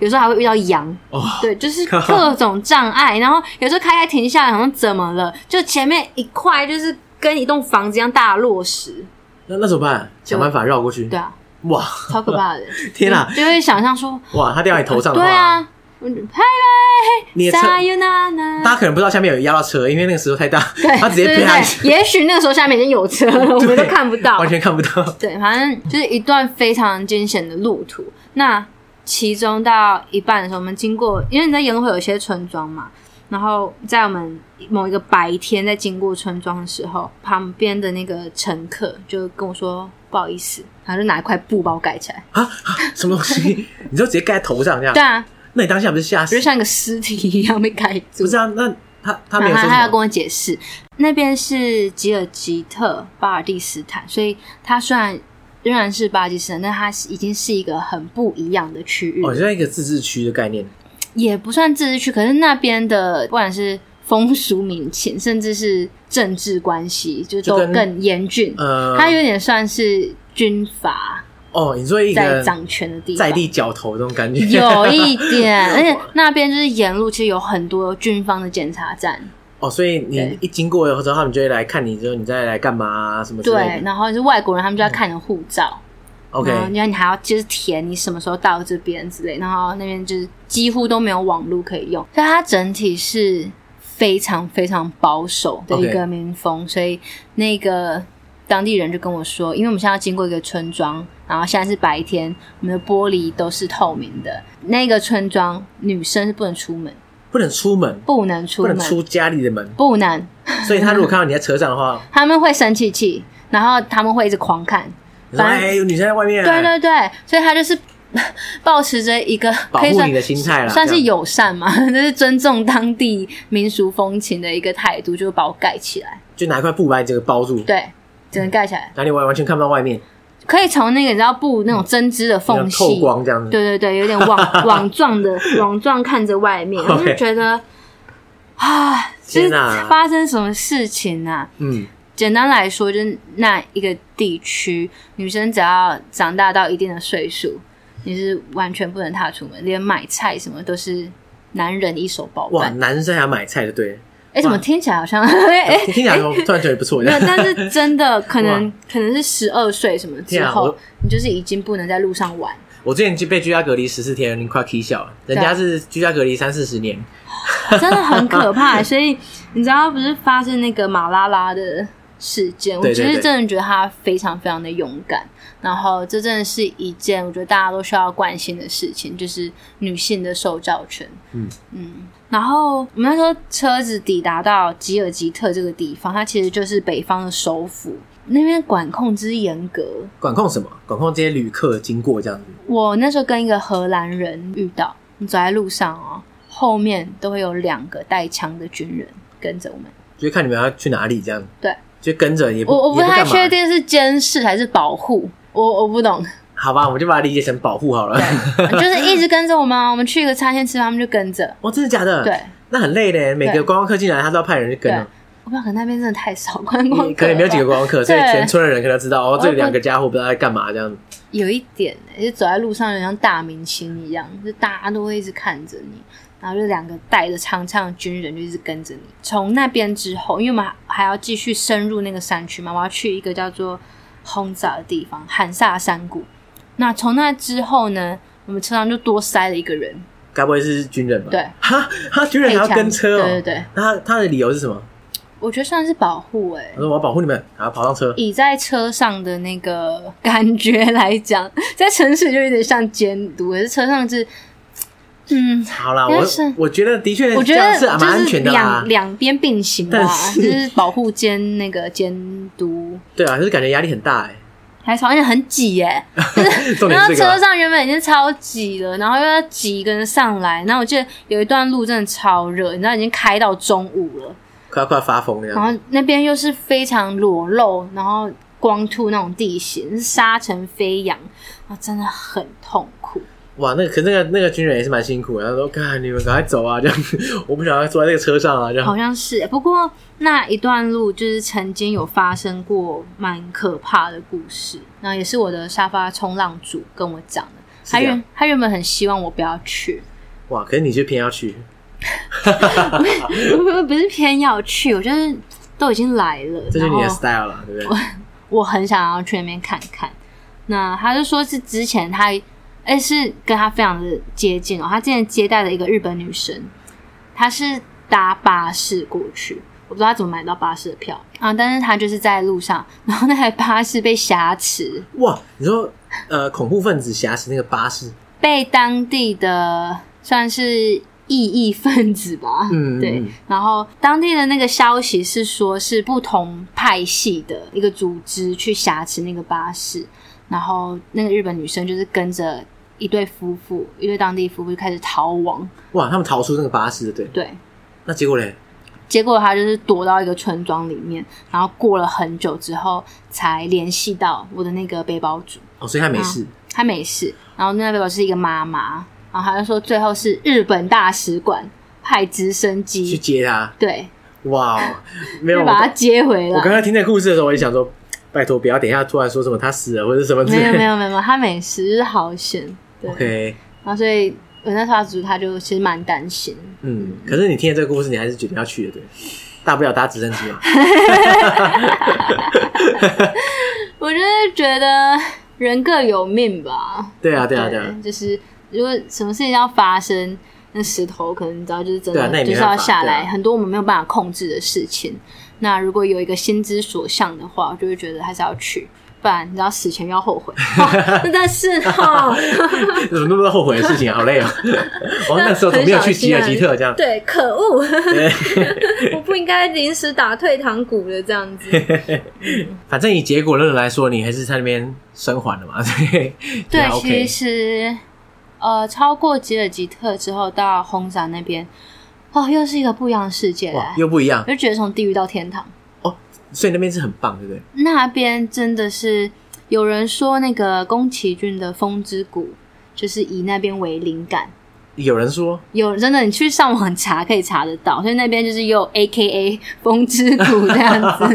有时候还会遇到 (laughs) 羊，哇，对，就是各种障碍。然后有时候开开停下来，好像怎么了？就前面一块就是跟一栋房子一样大的落石，那那怎么办？想办法绕过去对。啊，哇，超可怕的。嗯 (laughs) 天哪！就会想象说，哇，他掉你头上的话，对啊，嗯嗨你嘞，的车撒尤那那。大家可能不知道下面有压到车，因为那个石头太大， (laughs) 对， (laughs) 他直接对被对他对，也许那个时候下面已经有 (laughs) 车了，我们都看不到，完全看不到。 (laughs) 对，反正就是一段非常艰险的路途。那其中到一半的时候，我们经过，因为你在沿路会有一些村庄嘛，然后在我们某一个白天在经过村庄的时候，旁边的那个乘客就跟我说不好意思，然后就拿一块布把我盖起来。啊啊！什么东 (laughs) 西？你就直接盖在头上这样对？啊，那你当下不是吓我死就？像一个尸体一样被盖住不。是啊，那他他没有然说后他什要跟么？我解释，那边是吉尔吉特巴尔蒂斯坦，所以它虽然仍然是巴基斯坦，但它是已经是一个很不一样的区域，哦，就像一个自治区的概念。也不算自治区，可是那边的不管是风俗民情，甚至是政治关系，就就都跟更严峻。呃，它有点算是军阀哦，你说一在个掌权的地方，在地绞头这种感觉， (laughs) 有一点，而且那边就是沿路其实有很多军方的检查站，哦，所以你对一经过之后，他们就会来看你，之后你再来干嘛啊，什么之类对，的。然后是外国人，他们就要看你的护照。 OK，然后因为你还要就是填你什么时候到这边之类，然后那边就是几乎都没有网络可以用，所以它整体是非常非常保守的 OK 一个民风所以那个当地人就跟我说，因为我们现在要经过一个村庄，然后现在是白天，我们的玻璃都是透明的，那个村庄女生是不能出门，不能出门，不能出不门，能出家里的门，不能，所以他如果看到你在车上的话，他们会生气气，然后他们会一直狂看，你说反正哎，有女生在外面啊，对对对，所以他就是 (laughs) 保持着一个保可以护算你的心态啦，算这是样友善嘛， (laughs) 就是尊重当地民俗风情的一个态度，就把我盖起来，就拿一块布把你这个包住，对，只能盖起来，然后你完完全看不到外面，可以从那个你知道布那种针织的然后缝透隙，光这样子。对对对，有点 (laughs) 网网状的网状看着外面，我 OK 就觉得啊，就天是哪发生什么事情啊？嗯，简单来说，就是那一个地区，女生只要长大到一定的岁数，你是完全不能踏出门，连买菜什么都是男人一手包哇，办。男生还要买菜就对了，哎、怎么听起来好像 (laughs) 哎、听起来我突然觉得不错。 (laughs) 没有，这样但是真的可能可能是十二岁什么之天啊后，我你就是已经不能在路上玩， (laughs) 我之前就被居家隔离十四天，你快 k 笑了，人啊家是居家隔离三四十年， (laughs) 真的很可怕。所以你知道，不是发生那个马拉拉的事件，我对其对实对真的觉得他非常非常的勇敢。然后这真的是一件我觉得大家都需要关心的事情，就是女性的受教权。嗯嗯。然后我们那时候车子抵达到吉尔吉特这个地方，它其实就是北方的首府，那边管控之严格。管控什么？管控这些旅客经过这样子。我那时候跟一个荷兰人遇到，你走在路上哦，后面都会有两个带枪的军人跟着我们。就看你们要去哪里这样。对，就跟着也不我我不也太干嘛确定是监视还是保护，我我不懂。好吧，我们就把它理解成保护好了。就是一直跟着我们啊。我们去一个餐厅吃饭，他们就跟着。 (laughs) 哦，真的假的？对，那很累嘞。每对个观光客进来，他都要派人去跟哦。我不知道，可能那边真的太少观 (laughs) 光你客，可能没有几个观光客，所以对全村的人可能知道哦，这我两个家伙不知道在干嘛这样子。有一点、欸，就走在路上有点像大明星一样，就大家都会一直看着你，然后就两个带着长枪的军人就一直跟着你。从那边之后，因为我们还还要继续深入那个山区嘛，我要去一个叫做轰炸的地方——喊萨山谷。那从那之后呢，我们车上就多塞了一个人，该不会是军人吧？对，哈，他军人还要配枪跟车对对哦。对，那他他的理由是什么？我觉得算是保护哎、他说我要保护你们，然后跑上车。以在车上的那个感觉来讲，在城市就有点像监督，可是车上是，嗯，好啦，应该我是我觉得的确我觉这样得是蛮安就是全的啦两。两边并行吧但，是就是保护兼那个监督，对啊，就是感觉压力很大 (laughs) 哎。还吵，而且很挤耶。重点然后是这个车吧。上原本已经超挤了，然后又要挤一个人上来，然后我记得有一段路真的超热，你知道已经开到中午了，快要快要发疯了这然样。后那边又是非常裸露，然后光秃那种地形，是沙尘飞扬，啊，真的很痛苦。哇，那个可那个那个军人也是蛮辛苦的。他说：“看你们赶快走啊，这样我不想要坐在这个车上啊，这样。好像是，不过那一段路就是曾经有发生过蛮可怕的故事，那也是我的沙发冲浪主跟我讲的。是他这样原他原本很希望我不 (laughs) 要去，哇，可是你却偏要去，不是偏要去，我就是都已经来了，这就然是你后的 style 啦，对不对？我很想要去那边看看。那他就说是之前他，哎、是跟他非常的接近哦。他之前接待了一个日本女生，她是搭巴士过去，我不知道他怎么买到巴士的票啊，但是他就是在路上， (laughs) 然后那台巴士被挟持，哇，你说呃，恐怖分子挟持那个巴士，被当地的算是。异议分子吧，嗯嗯对嗯。然后当地的那个消息是说，是不同派系的一个组织去挟持那个巴士，然后那个日本女生就是跟着一对夫妇，一对当地夫妇就开始逃亡。哇，他们逃出那个巴士，对，对，那结果嘞，结果她就是躲到一个村庄里面，然后过了很久之后才联系到我的那个背包主，哦，所以他没事，她没事。然后那个背包主是一个妈妈，然后她就说最后是日本大使馆派直升去机，接他，对，哇， (laughs) 没有，就我把她刚接回我刚来。才听这故事的时候，我就想说，拜托不要等一下突然说什么他死了或者 (laughs) 什么之没有没类有没有，没有她没事，就是好险。对，OK，然后所以我那沙族他就其实蛮担心，嗯，可是你听了这个故事，你还是决定要去的，对，大不了搭直升 (laughs) 机嘛，我就是觉得人各有命吧。对啊，对啊，对啊，就是如果什么事情要发生，那石头可能你知道，就是真对啊那的也就没是办法要下来，对啊很多我们没有办法控制的事情。那如果有一个心之所向的话，我就会觉得还是要去，不然你知道死前要后悔，哦、真的是哦， (laughs) 怎么那么多后悔的事情，好累 (laughs) 哦，我那时候怎么没有去吉尔吉特这样？啊对，可恶，对 (laughs) 我不应该临时打退堂鼓的 (laughs) 这样子。反正以结果论来说，你还是在那边生还了嘛， (laughs) 所以对也，OK 其实呃，超过吉尔吉特之后到红山那边，哦，又是一个不一样的世界嘞哇，又不一样我就觉得从地狱到天堂，哦，所以那边是很棒，对不对？那边真的是有人说那个宫崎骏的《风之谷》就是以那边为灵感。有人说 (laughs) 有真的，你去上网查可以查得到，所以那边就是有 A K A 风之谷这样不子，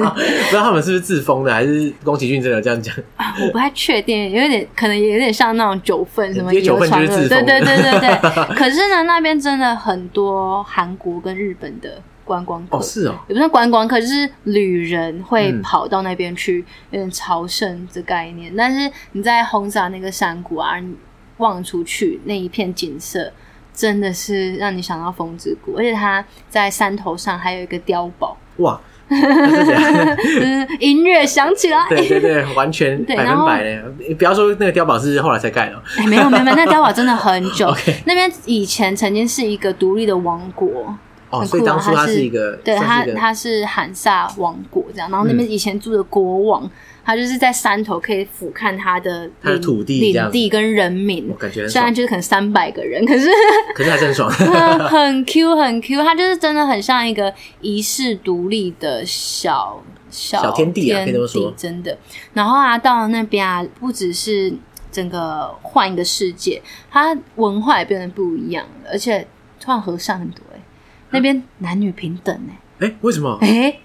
知道他们是不是自封的，还是宫崎骏真的有这样讲？ (laughs) 我不太确定，有点可能也有点像那种九份什么因为九份就是流传自对封对对对对。 (laughs) 可是呢，那边真的很多韩国跟日本的观光客，哦，是哦，也不算观光客，就是旅人会嗯跑到那边去，有点朝圣的概念。但是你在红山那个山谷啊，你望出去那一片景色，真的是让你想到风之谷，而且它在山头上还有一个碉堡，哇，那是怎样 (laughs) 就是音乐响起来。对对对，完全 (laughs) 对百然分后百嘞！不要说那个碉堡是后来才盖的哦，哎，没有没有，没有那碉堡真的很久 (laughs) OK。那边以前曾经是一个独立的王国，哦，很所以酷啊当初它它是是一个，对算他是一个他是韩萨王国这样，然后那边以前住的国王，他就是在山头可以俯瞰他的他的领土地这样领子哦地跟人民我。感觉很虽然爽，就是可能三百个人，可是可是还是很爽。 (laughs) 很 (laughs) Q 很 Q，它就是真的很像一个遗世独立的小小小天地啊可以这么天地说真的。然后啊，到了那边啊，不只是整个换一个世界，它文化也变得不一样了，而且串和尚很多哎、那边男女平等哎、为什么哎、？诶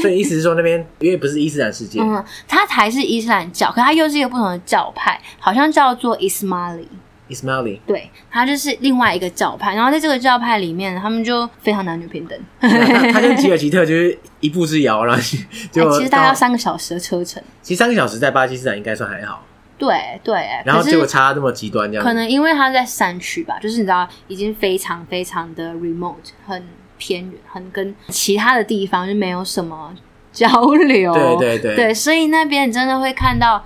所以意思是说那边因为不是伊斯兰世界，嗯，它才是伊斯兰教，可它又是一个不同的教派，好像叫做伊斯玛里。伊斯玛里，对，它就是另外一个教派，然后在这个教派里面，他们就非常男女平等。他跟吉尔吉特就是一步之遥，然后就、 (laughs) 哎其实大概要三个小时的车程。其实三个小时在巴基斯坦应该算还好，对对，然后可是结果差那么极端这样子，可能因为它在山区吧，就是你知道，已经非常非常的 remote，很偏远，很跟其他的地方就没有什么交流。对对对哦对，所以那边你真的会看到，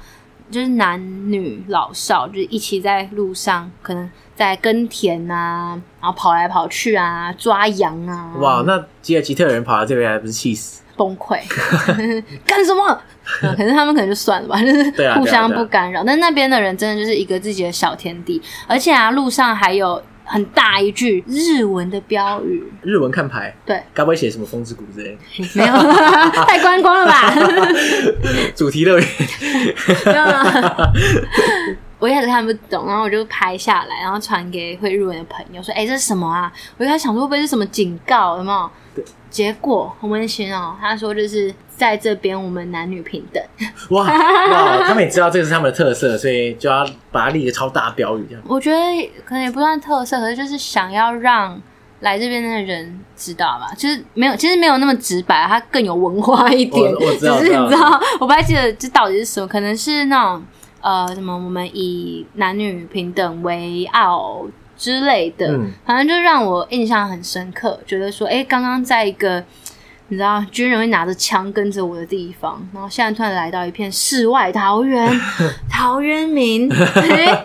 就是男女老少，就是一起在路上，可能在耕田啊，然后跑来跑去啊，抓羊啊，哇，，那吉尔吉特人跑到这边来不是气死？崩溃， (laughs) 干什么？嗯可是他们可能就算了吧，就是对啊互相对啊不干扰。但那边的人真的就是一个自己的小天地，而且啊，路上还有很大一句日文的标语，日文看牌， (laughs) 对，该不会写什么风之谷之类的？ (laughs) 没有 (laughs) 太观光了吧？ (laughs) 主题乐园，没有啦。 (laughs) 我一开始看不懂，然后我就拍下来，然后传给会日文的朋友说：“哎、这是什么啊？”我一开始想说会不会是什么警告，有没有？结果很温馨哦，他说就是在这边我们男女平等。哇哇，他们也知道这个是他们的特色，所以就要把它立个超大标语这样。我觉得可能也不算特色，可是就是想要让来这边的人知道吧，就是没有，其实没有那么直白，啊它更有文化一点。哦我我 (laughs) 知道只是你知知道道，我不太记得这到底是什么，可能是那种呃什么，我们以男女平等为傲之类的，嗯反正就让我印象很深刻，觉得说，哎、刚刚在一个。你知道军人会拿着枪跟着我的地方，然后现在突然来到一片世外桃源， (laughs) 陶 (laughs) 渊明， (laughs) 哎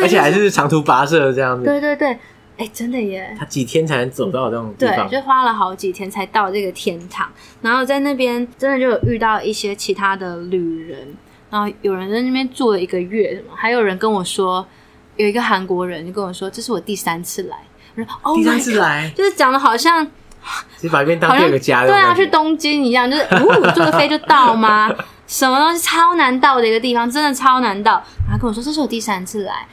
而且还是长途跋涉这样子，对对对，哎，真的耶。他几天才能走到这种地对，方？就花了好几天才到这个天堂，然后在那边真的就有遇到一些其他的旅人，然后有人在那边住了一个月什么，还有人跟我说，有一个韩国人就跟我说，这是我第三次来，我说 Oh 第 my 三次 God，来，就是讲的好像其实把这边当好第像二个家的对那种啊，感觉。去东京一样，就是呜坐个飞就到吗？什么东西超难到的一个地方，真的超难到。然后跟我说这是我第三次来，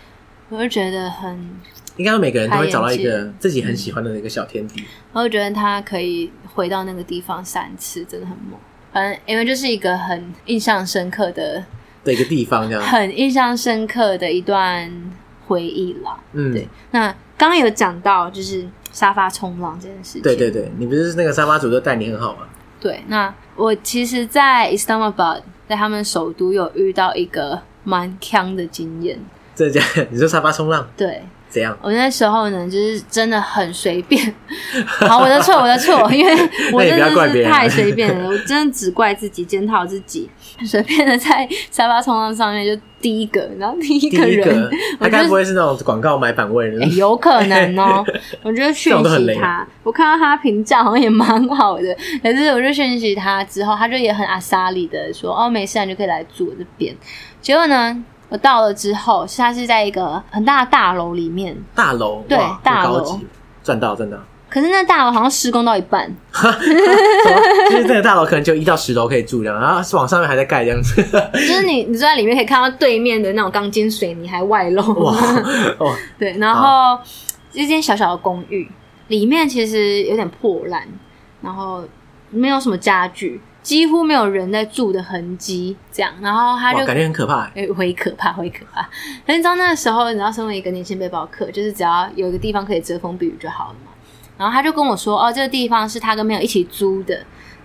我就觉得很应该说每个人都会找到一开眼嗯个自己很喜欢的那个小天地。我就觉得他可以回到那个地方三次，真的很猛。反正因为就是一个很印象深刻的、的一个地方，这 (laughs) 样，很印象深刻的一段回忆啦。嗯，对，那刚刚有讲到就是沙发冲浪这件事情，对对对，你不是那个沙发主都待你很好吗？对，那我其实，在 Islamabad，在他们首都有遇到一个蛮强的经验。这家 (laughs) 你说沙发冲浪对怎样？我那时候呢，就是真的很随便。 (laughs) 好，我的错，我 (laughs) 的错，因为我那也真不要怪的别是人太随便了，我真的只怪自己，检讨自己，随便的在沙发冲浪上面就第一个，然后第一第个一人，个，我他就该不是。会是那种广告买版位的哎？有可 (laughs) 能哦、我就这讯种都很息雷他，我看到他评价好像也蛮好的，可是我就讯息他之后，他就也很阿莎里的说，哦，没事啊，你就可以来住我这边。结果呢，我到了之后，是他是在一个很大的大楼里面，大楼，对哇大很楼高级，赚到赚到，可是那大楼好像施工到一 (laughs) 半，什么就是那个大楼可能就一到十楼可以住这样，然后往上面还在盖这样 (laughs) 子，就是你你坐在里面可以看到对面的那种钢筋水泥还外露。 (laughs) 哇哇，对，然后一间小小的公寓，里面其实有点破烂，然后没有什么家具，几乎没有人在住的痕迹，这样，然后他哇就感觉很可怕。 (laughs) 哎、会可怕，会可怕。但是你知道那个时候，你知道身为一个年轻背包客，就是只要有一个地方可以遮风避雨就好了嘛。然后他就跟我说，哦，这个地方是他跟朋友一起租的，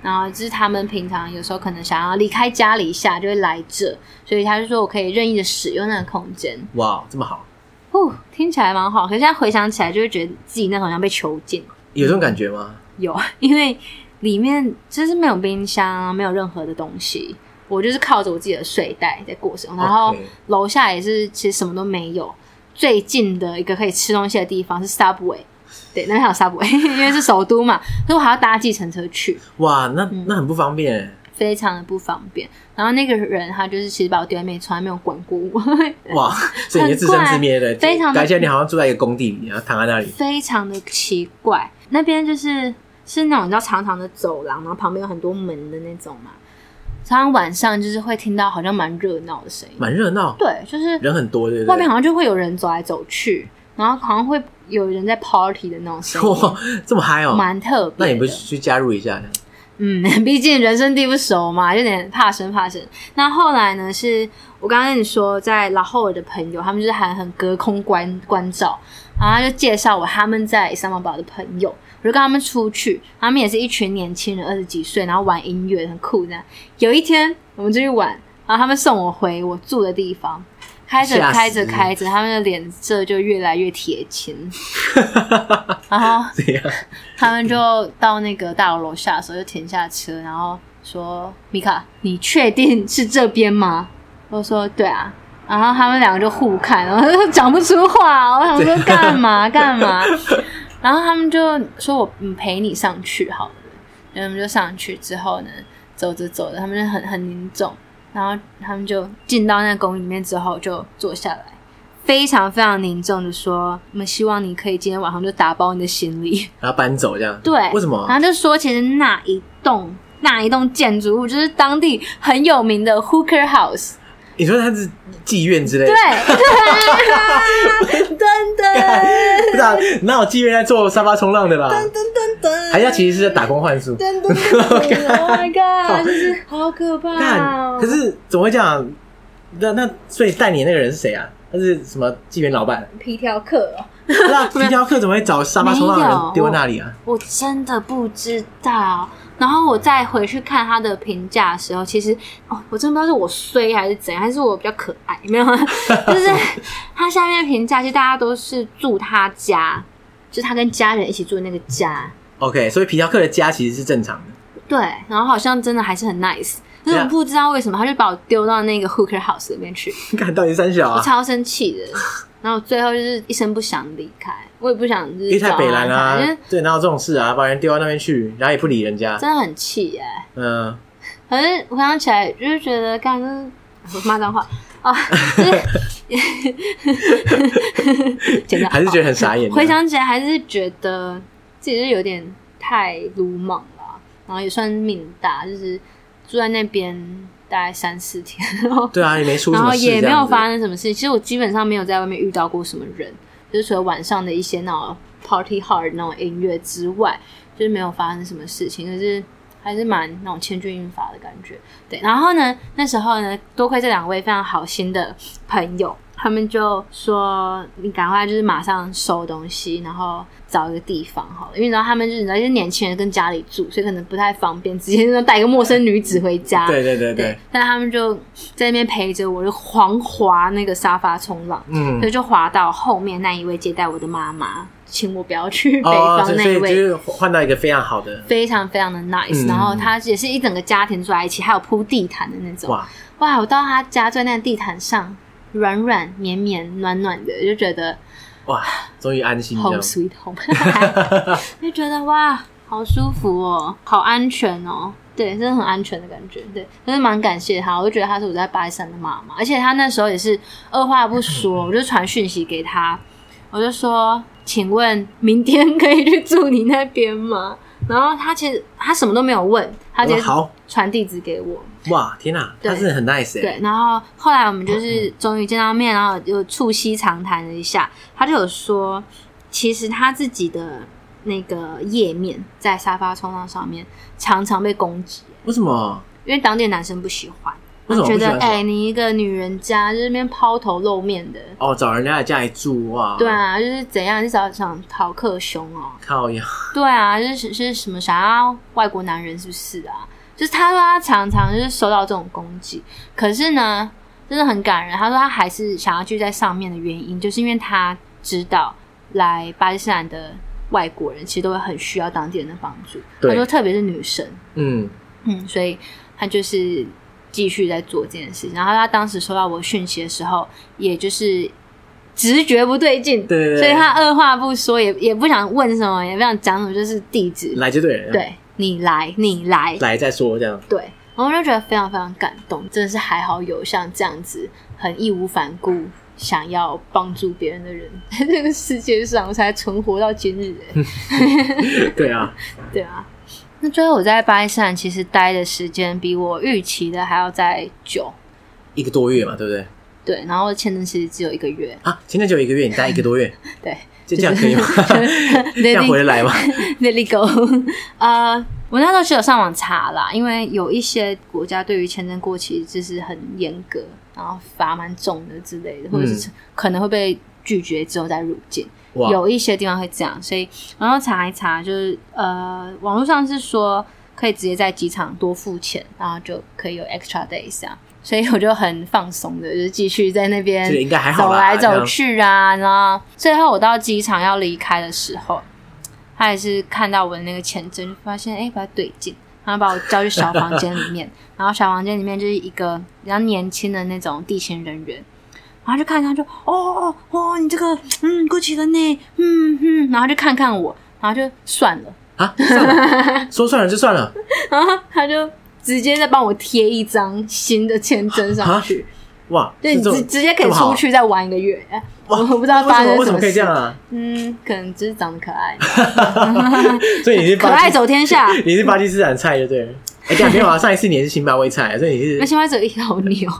然后就是他们平常有时候可能想要离开家里一下，就会来这，所以他就说我可以任意的使用那个空间。哇，这么好，哦，听起来蛮好，可是现在回想起来，就会觉得自己那时候好像被囚禁。有这种感觉吗？有， (laughs) 因为里面就是没有冰箱，没有任何的东西，我就是靠着我自己的睡袋在过生活。然后 OK 楼下也是，其实什么都没有。最近的一个可以吃东西的地方是 Subway，对，那边还有 Subway，因 (laughs) 为是首都嘛，所以我还要搭计程车去，哇，那嗯那很不方便。非常的不方便。然后那个人他就是其实把我丢在那边，从来没有管过我， (laughs) 哇，所以你就自生自灭的，很怪非常地感觉你好像住在一个工地里，然后躺在那里。非常的奇怪。那边就是是那种你知道长长的走廊，然后旁边有很多门的那种嘛。常常晚上就是会听到好像蛮热闹的声音，蛮热闹，对，就是人很多，对不对？外面好像就会有人走来走去，然后好像会有人在 party 的那种声音， (laughs) 哇，这么嗨哦！蛮特别那的。你不去加入一下？ (laughs) 嗯， (laughs) 毕竟人生地不熟嘛，有点怕生怕生。那后来呢？是我刚刚跟你说，在拉霍尔的朋友，他们就是还很隔空关关照，然后他就介绍我他们在伊斯兰堡的朋友，我就跟他们出去，他们也是一群年轻人，二十几岁，然后玩音乐很酷这样。有一天我们就去玩，然后他们送我回我住的地方，开着吓死开着开着，他们的脸色就越来越 (laughs) 铁青，然后这样他们就到那个大楼楼下的时候，就停下车，然后说：“米卡，你确定是这边吗？”我说：“对啊。”然后他们两个就互看，然后讲不出话。我想说干嘛干嘛，然后他们就说我嗯陪你上去好了。然后我们就嗯上去之后呢，走着走着，他们就很很凝重，然后他们就进到那个宫里面之后就坐下来，非常非常凝重的说：“我们希望你可以今天晚上就打包你的行李。”然后搬走这样，对，啊为什么然后就说，其实那一栋那一栋建筑物就是当地很有名的 Hooker House。你说他是妓院之类的 (laughs) 对，，噔噔 (laughs) 不知道哪有妓院在做沙发冲浪的啦？噔噔，还是他哎其实是在打工换宿？噔噔噔 (laughs) 噔，Oh my God，就是好可怕看，哦可。是怎么会这样？那那所以带你的那个人是谁啊？他是什么妓院老 (laughs) 板？皮条客哦，那皮条客怎么会找沙发冲浪的没有人丢在那里啊？我真的不知道。然后我再回去看他的评价的时候，其实哦，我真不知道是我衰还是怎样，还是我比较可爱，(laughs) 没有，啊就是他下面的评价，其实大家都是住他家，就是他跟家人一起住的那个家， OK，所以皮条客的家其实是正常的。对，然后好像真的还是很 nice，可是对啊我不知道为什么他就把我丢到那个 hooker house 里面去， (laughs) 看到底三小我啊，超生气的。然后最后就是一声不响离开，我也不想就因为是太找北蓝麻烦因啊为，对，哪有这种事啊？把人丢到那边去，然后也不理人家，真的很气哎、嗯，可是我想起来，就是觉得干就是我骂脏话啊，就是， (laughs) 简单还是觉得很傻眼。回想起来还是觉得自己是有点太鲁莽了，啊然后也算命大，就是住在那边大概三四天，然后对啊，也没出什然么后事，也这没有样子发生什么事。其实我基本上没有在外面遇到过什么人，就是除了晚上的一些那种 party hard 那种音乐之外，就是没有发生什么事情。可是还是蛮那种千钧一发的感觉。对，然后呢，那时候呢，多亏这两位非常好心的朋友。他们就说：“你赶快就是马上收东西，然后找一个地方好了，因为你知道他们就是你知道，就是年轻人跟家里住，所以可能不太方便，直接就带一个陌生女子回家。对对对对，，但他们就在那边陪着我，就狂滑那个沙发冲浪，嗯所，以就滑到后面那一位接待我的妈妈，请我不要去北哦，方所以那一所以就位。是换到一个非常好的，非常非常的 nice，、嗯然后他也是一整个家庭住在一起，还有铺地毯的那种。哇哇，我到他家坐在那个地毯上，软软绵绵、暖暖的，就觉得哇，终于安心这 home 样。 sweet home，就觉得哇，好舒服哦，好安全哦，对，真的很安全的感觉，对，就是蛮感谢他，我就觉得他是我在巴基斯坦的妈妈，而且他那时候也是二话 (laughs) 不说，我就传讯息给他，我就说，请问明天可以去住你那边吗？然后他其实他什么都没有问，他我直说接好传地址给我，哇，天哪，对他是很 nice 哎、对，然后后来我们就是终于见到面，然后又促膝长谈了一下。他就有说，其实他自己的那个页面在沙发冲浪上面常常被攻击，为什么？因为当地的男生不喜欢，为什么觉不喜得欢哎、你一个女人家就是那边抛头露面的，哦，找人家来家里住哇，对，啊，就是怎样，你找想逃课凶哦，靠呀，对啊，就是是什么想要外国男人是不是啊？就是他说他常常就是受到这种攻击，可是呢，真的很感人。他说他还是想要继续在上面的原因，就是因为他知道来巴基斯坦的外国人其实都会很需要当地人的帮助。对他说特别是女生，嗯，嗯，所以他就是继续在做这件事情。然后他当时收到我讯息的时候，也就是直觉不对劲，对对对所以他二话不说，也也不想问什么，也不想讲什么，就是地址，来就对了，，对你来，你来，来再说这样，对。然后我就觉得非常非常感动，真的是还好有像这样子很义无反顾想要帮助别人的人， (laughs) 在这个世界上我才存活到今日、欸。对啊，对啊，那最后我在巴山其实待的时间比我预期的还要再久，一个多月嘛，对不对？对，然后签证其实只有一个月，啊，签证只有一个月，你待一个多月，对，就这样可以吗？ (laughs) (laughs) 这样回得来吗？ Let it go。呃，我那时候是有上网查啦，因为有一些国家对于签证过期就是很严格，然后罚蛮重的之类的，或者嗯是可能会被拒绝之后再入境。哇，有一些地方会这样，所以然后查一查，就是呃，网络上是说可以直接在机场多付钱，然后就可以有 extra days 啊。所以我就很放松的，就是继续在那边这个应该还好走啦来走去啊，然后最后我到机场要离开的时候，他也是看到我的那个签证，就发现哎、把它对劲，然后把我叫去小房间里 (laughs) 面，然后小房间里面就是一个比较年轻的那种地勤人员，然后就看看就哦哦哦，你这个嗯过期了呢，嗯嗯，然后就看看我，然后就算了， (laughs) 啊，算了， (laughs) 说算了就算了，然后他就直接再帮我贴一张新的签证上去。啊哇，对，是你这直种直接可以这么好出去再玩一个月。哎哇，我不知道为什发么为生什什么么可以事这样啊？ (laughs) 嗯，可能只是长得可爱，所以你是可巴爱基走天下。你是巴基斯坦菜就对了。哎，对啊，没 (laughs) 有啊，上一次你也是新巴威菜，啊所以你那是现在只有一头牛，哦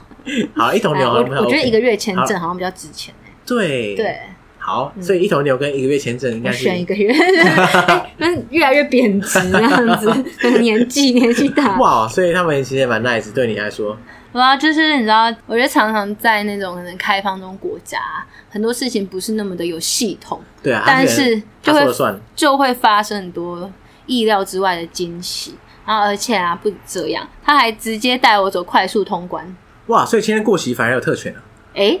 好一头哎牛我好像不太 OK，我觉得一个月签证好像比较值钱。对对，嗯好，所以一头牛跟一个月签证应我该是选一个月， (laughs) 哎那越来越贬值这样子， (laughs) 年纪年纪大。哇，所以他们其实也蛮 nice，对你来说，然后就是你知道，我觉得常常在那种可能开放中国家，很多事情不是那么的有系统，对啊，但是他可就能他会说了算，就会发生很多意料之外的惊喜。然后而且啊，不止这样，他还直接带我走快速通关。哇，所以签证过期反而有特权啊，哎，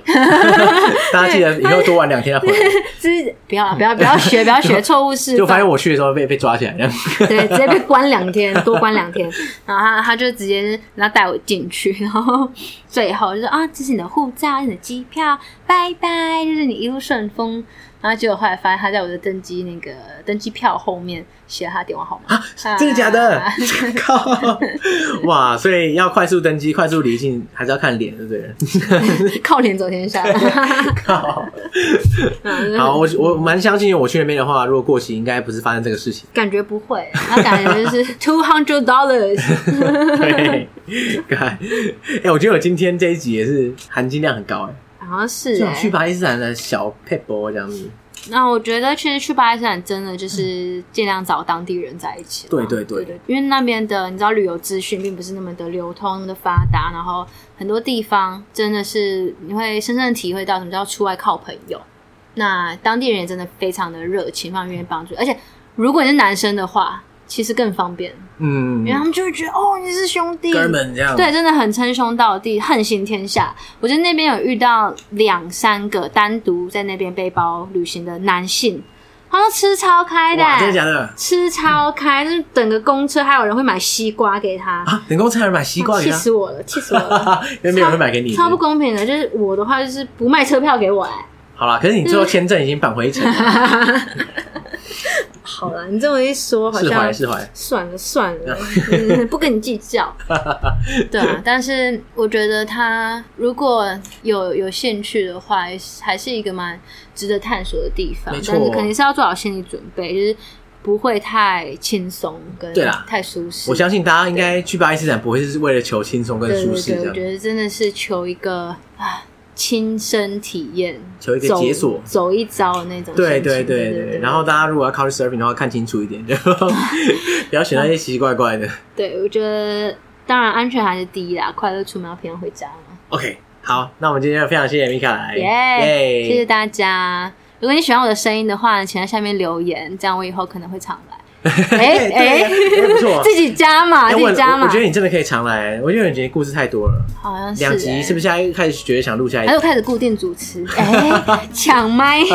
大家记得以后多玩两天再回来，就是不要啦不要不要学不要学错误 (laughs) 示就发范现，我去的时候被被抓起来这样，对，直接被关两天， (laughs) 多关两天。然后他他就直接然后带我进去， (laughs) 然后最后就说啊，这是你的护照，你的机票，拜拜，就是你一路顺风。然后结果后来发现他在我的登机那个登机票后面写了他的电话号码， (laughs) 啊真的假 (laughs) 的？靠！哇，所以要快速登机、快速离境，还是要看脸，对不 (laughs) 对？靠脸 (laughs) 走天下。靠！嗯好，我我蛮相信，我去那边的话，如果过期，应该不是发生这个事 (laughs) 情。感觉不会，他感觉就是 two hundred dollars。对，看，哎，我觉得我今天这一集也是含金量很高，哎，好像是就哎、去巴基斯坦的小 p e b l 这样子。那我觉得其实去巴基斯坦真的就是尽量找当地人在一起嗯啦。对对对对对，因为那边的你知道旅游资讯并不是那么的流通、那么的发达，然后很多地方真的是你会深深的体会到什么叫出外靠朋友。那当地人也真的非常的热情，非常愿意帮助，而且如果你是男生的话，其实更方便，嗯因为，他们就会觉得哦你是兄弟，哥们这样，对，真的很称兄道弟，横行天下。我觉得那边有遇到两三个单独在那边背包旅行的男性，他都吃超开的、哇，真的假的？吃超开，就是等个公车，还有人会买西瓜给他，啊，人工菜有人买西瓜给气他，死我了，气死我了。因 (laughs) 为没有人会买给你。超不公平的，就是我的话就是不卖车票给我哎、 (laughs) 好啦，可是你嗯最后签证已经返回一程，好了，你这么一说， (laughs) 好释像怀释怀。算了算 (laughs) 了，嗯不跟你计较。对啊，但是我觉得他如果有有兴趣的话，还是一个蛮值得探索的地方。没但错是肯定是要做好心理准备，就是不会太轻松跟对啦太舒适。我相信大家应该去巴基斯坦不会是为了求轻松跟对舒对适这对，我样，觉得真的是求一个啊亲身体验，求一个走解锁走一遭的那种心情。对对对对对。然后大家如果要 couch surfing 的话，看清楚一 (laughs) 点，就不要选那些奇奇怪怪的。对我觉得当然安全还是第一啦，快乐出门要平安回家嘛。 OK，好，那我们今天就非常谢谢米卡来，耶！谢谢耶！大家。如果你喜欢我的声音的话，请在下面留言，这样我以后可能会常 (laughs) 来。哎对哎哎不错自己加嘛，哎自我己加我嘛我觉，得你真的可以常来，我觉得你今天故事太多了，好像是两集是不是？是现在开始觉得想录下一集？还有开始固定主持，哎，(laughs) 抢麦，以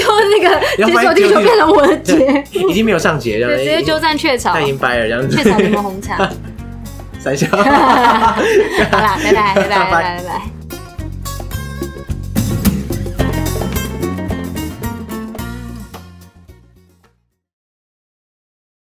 后那个要解不然锁地球就变成我的节， (laughs) 已经没有上节了，对，直接鸠占鹊巢他，已经掰了这样子鹊，巢柠檬红茶。 (laughs) (laughs) 三笑。 (laughs) 好啦，拜拜，拜拜，拜拜，拜拜。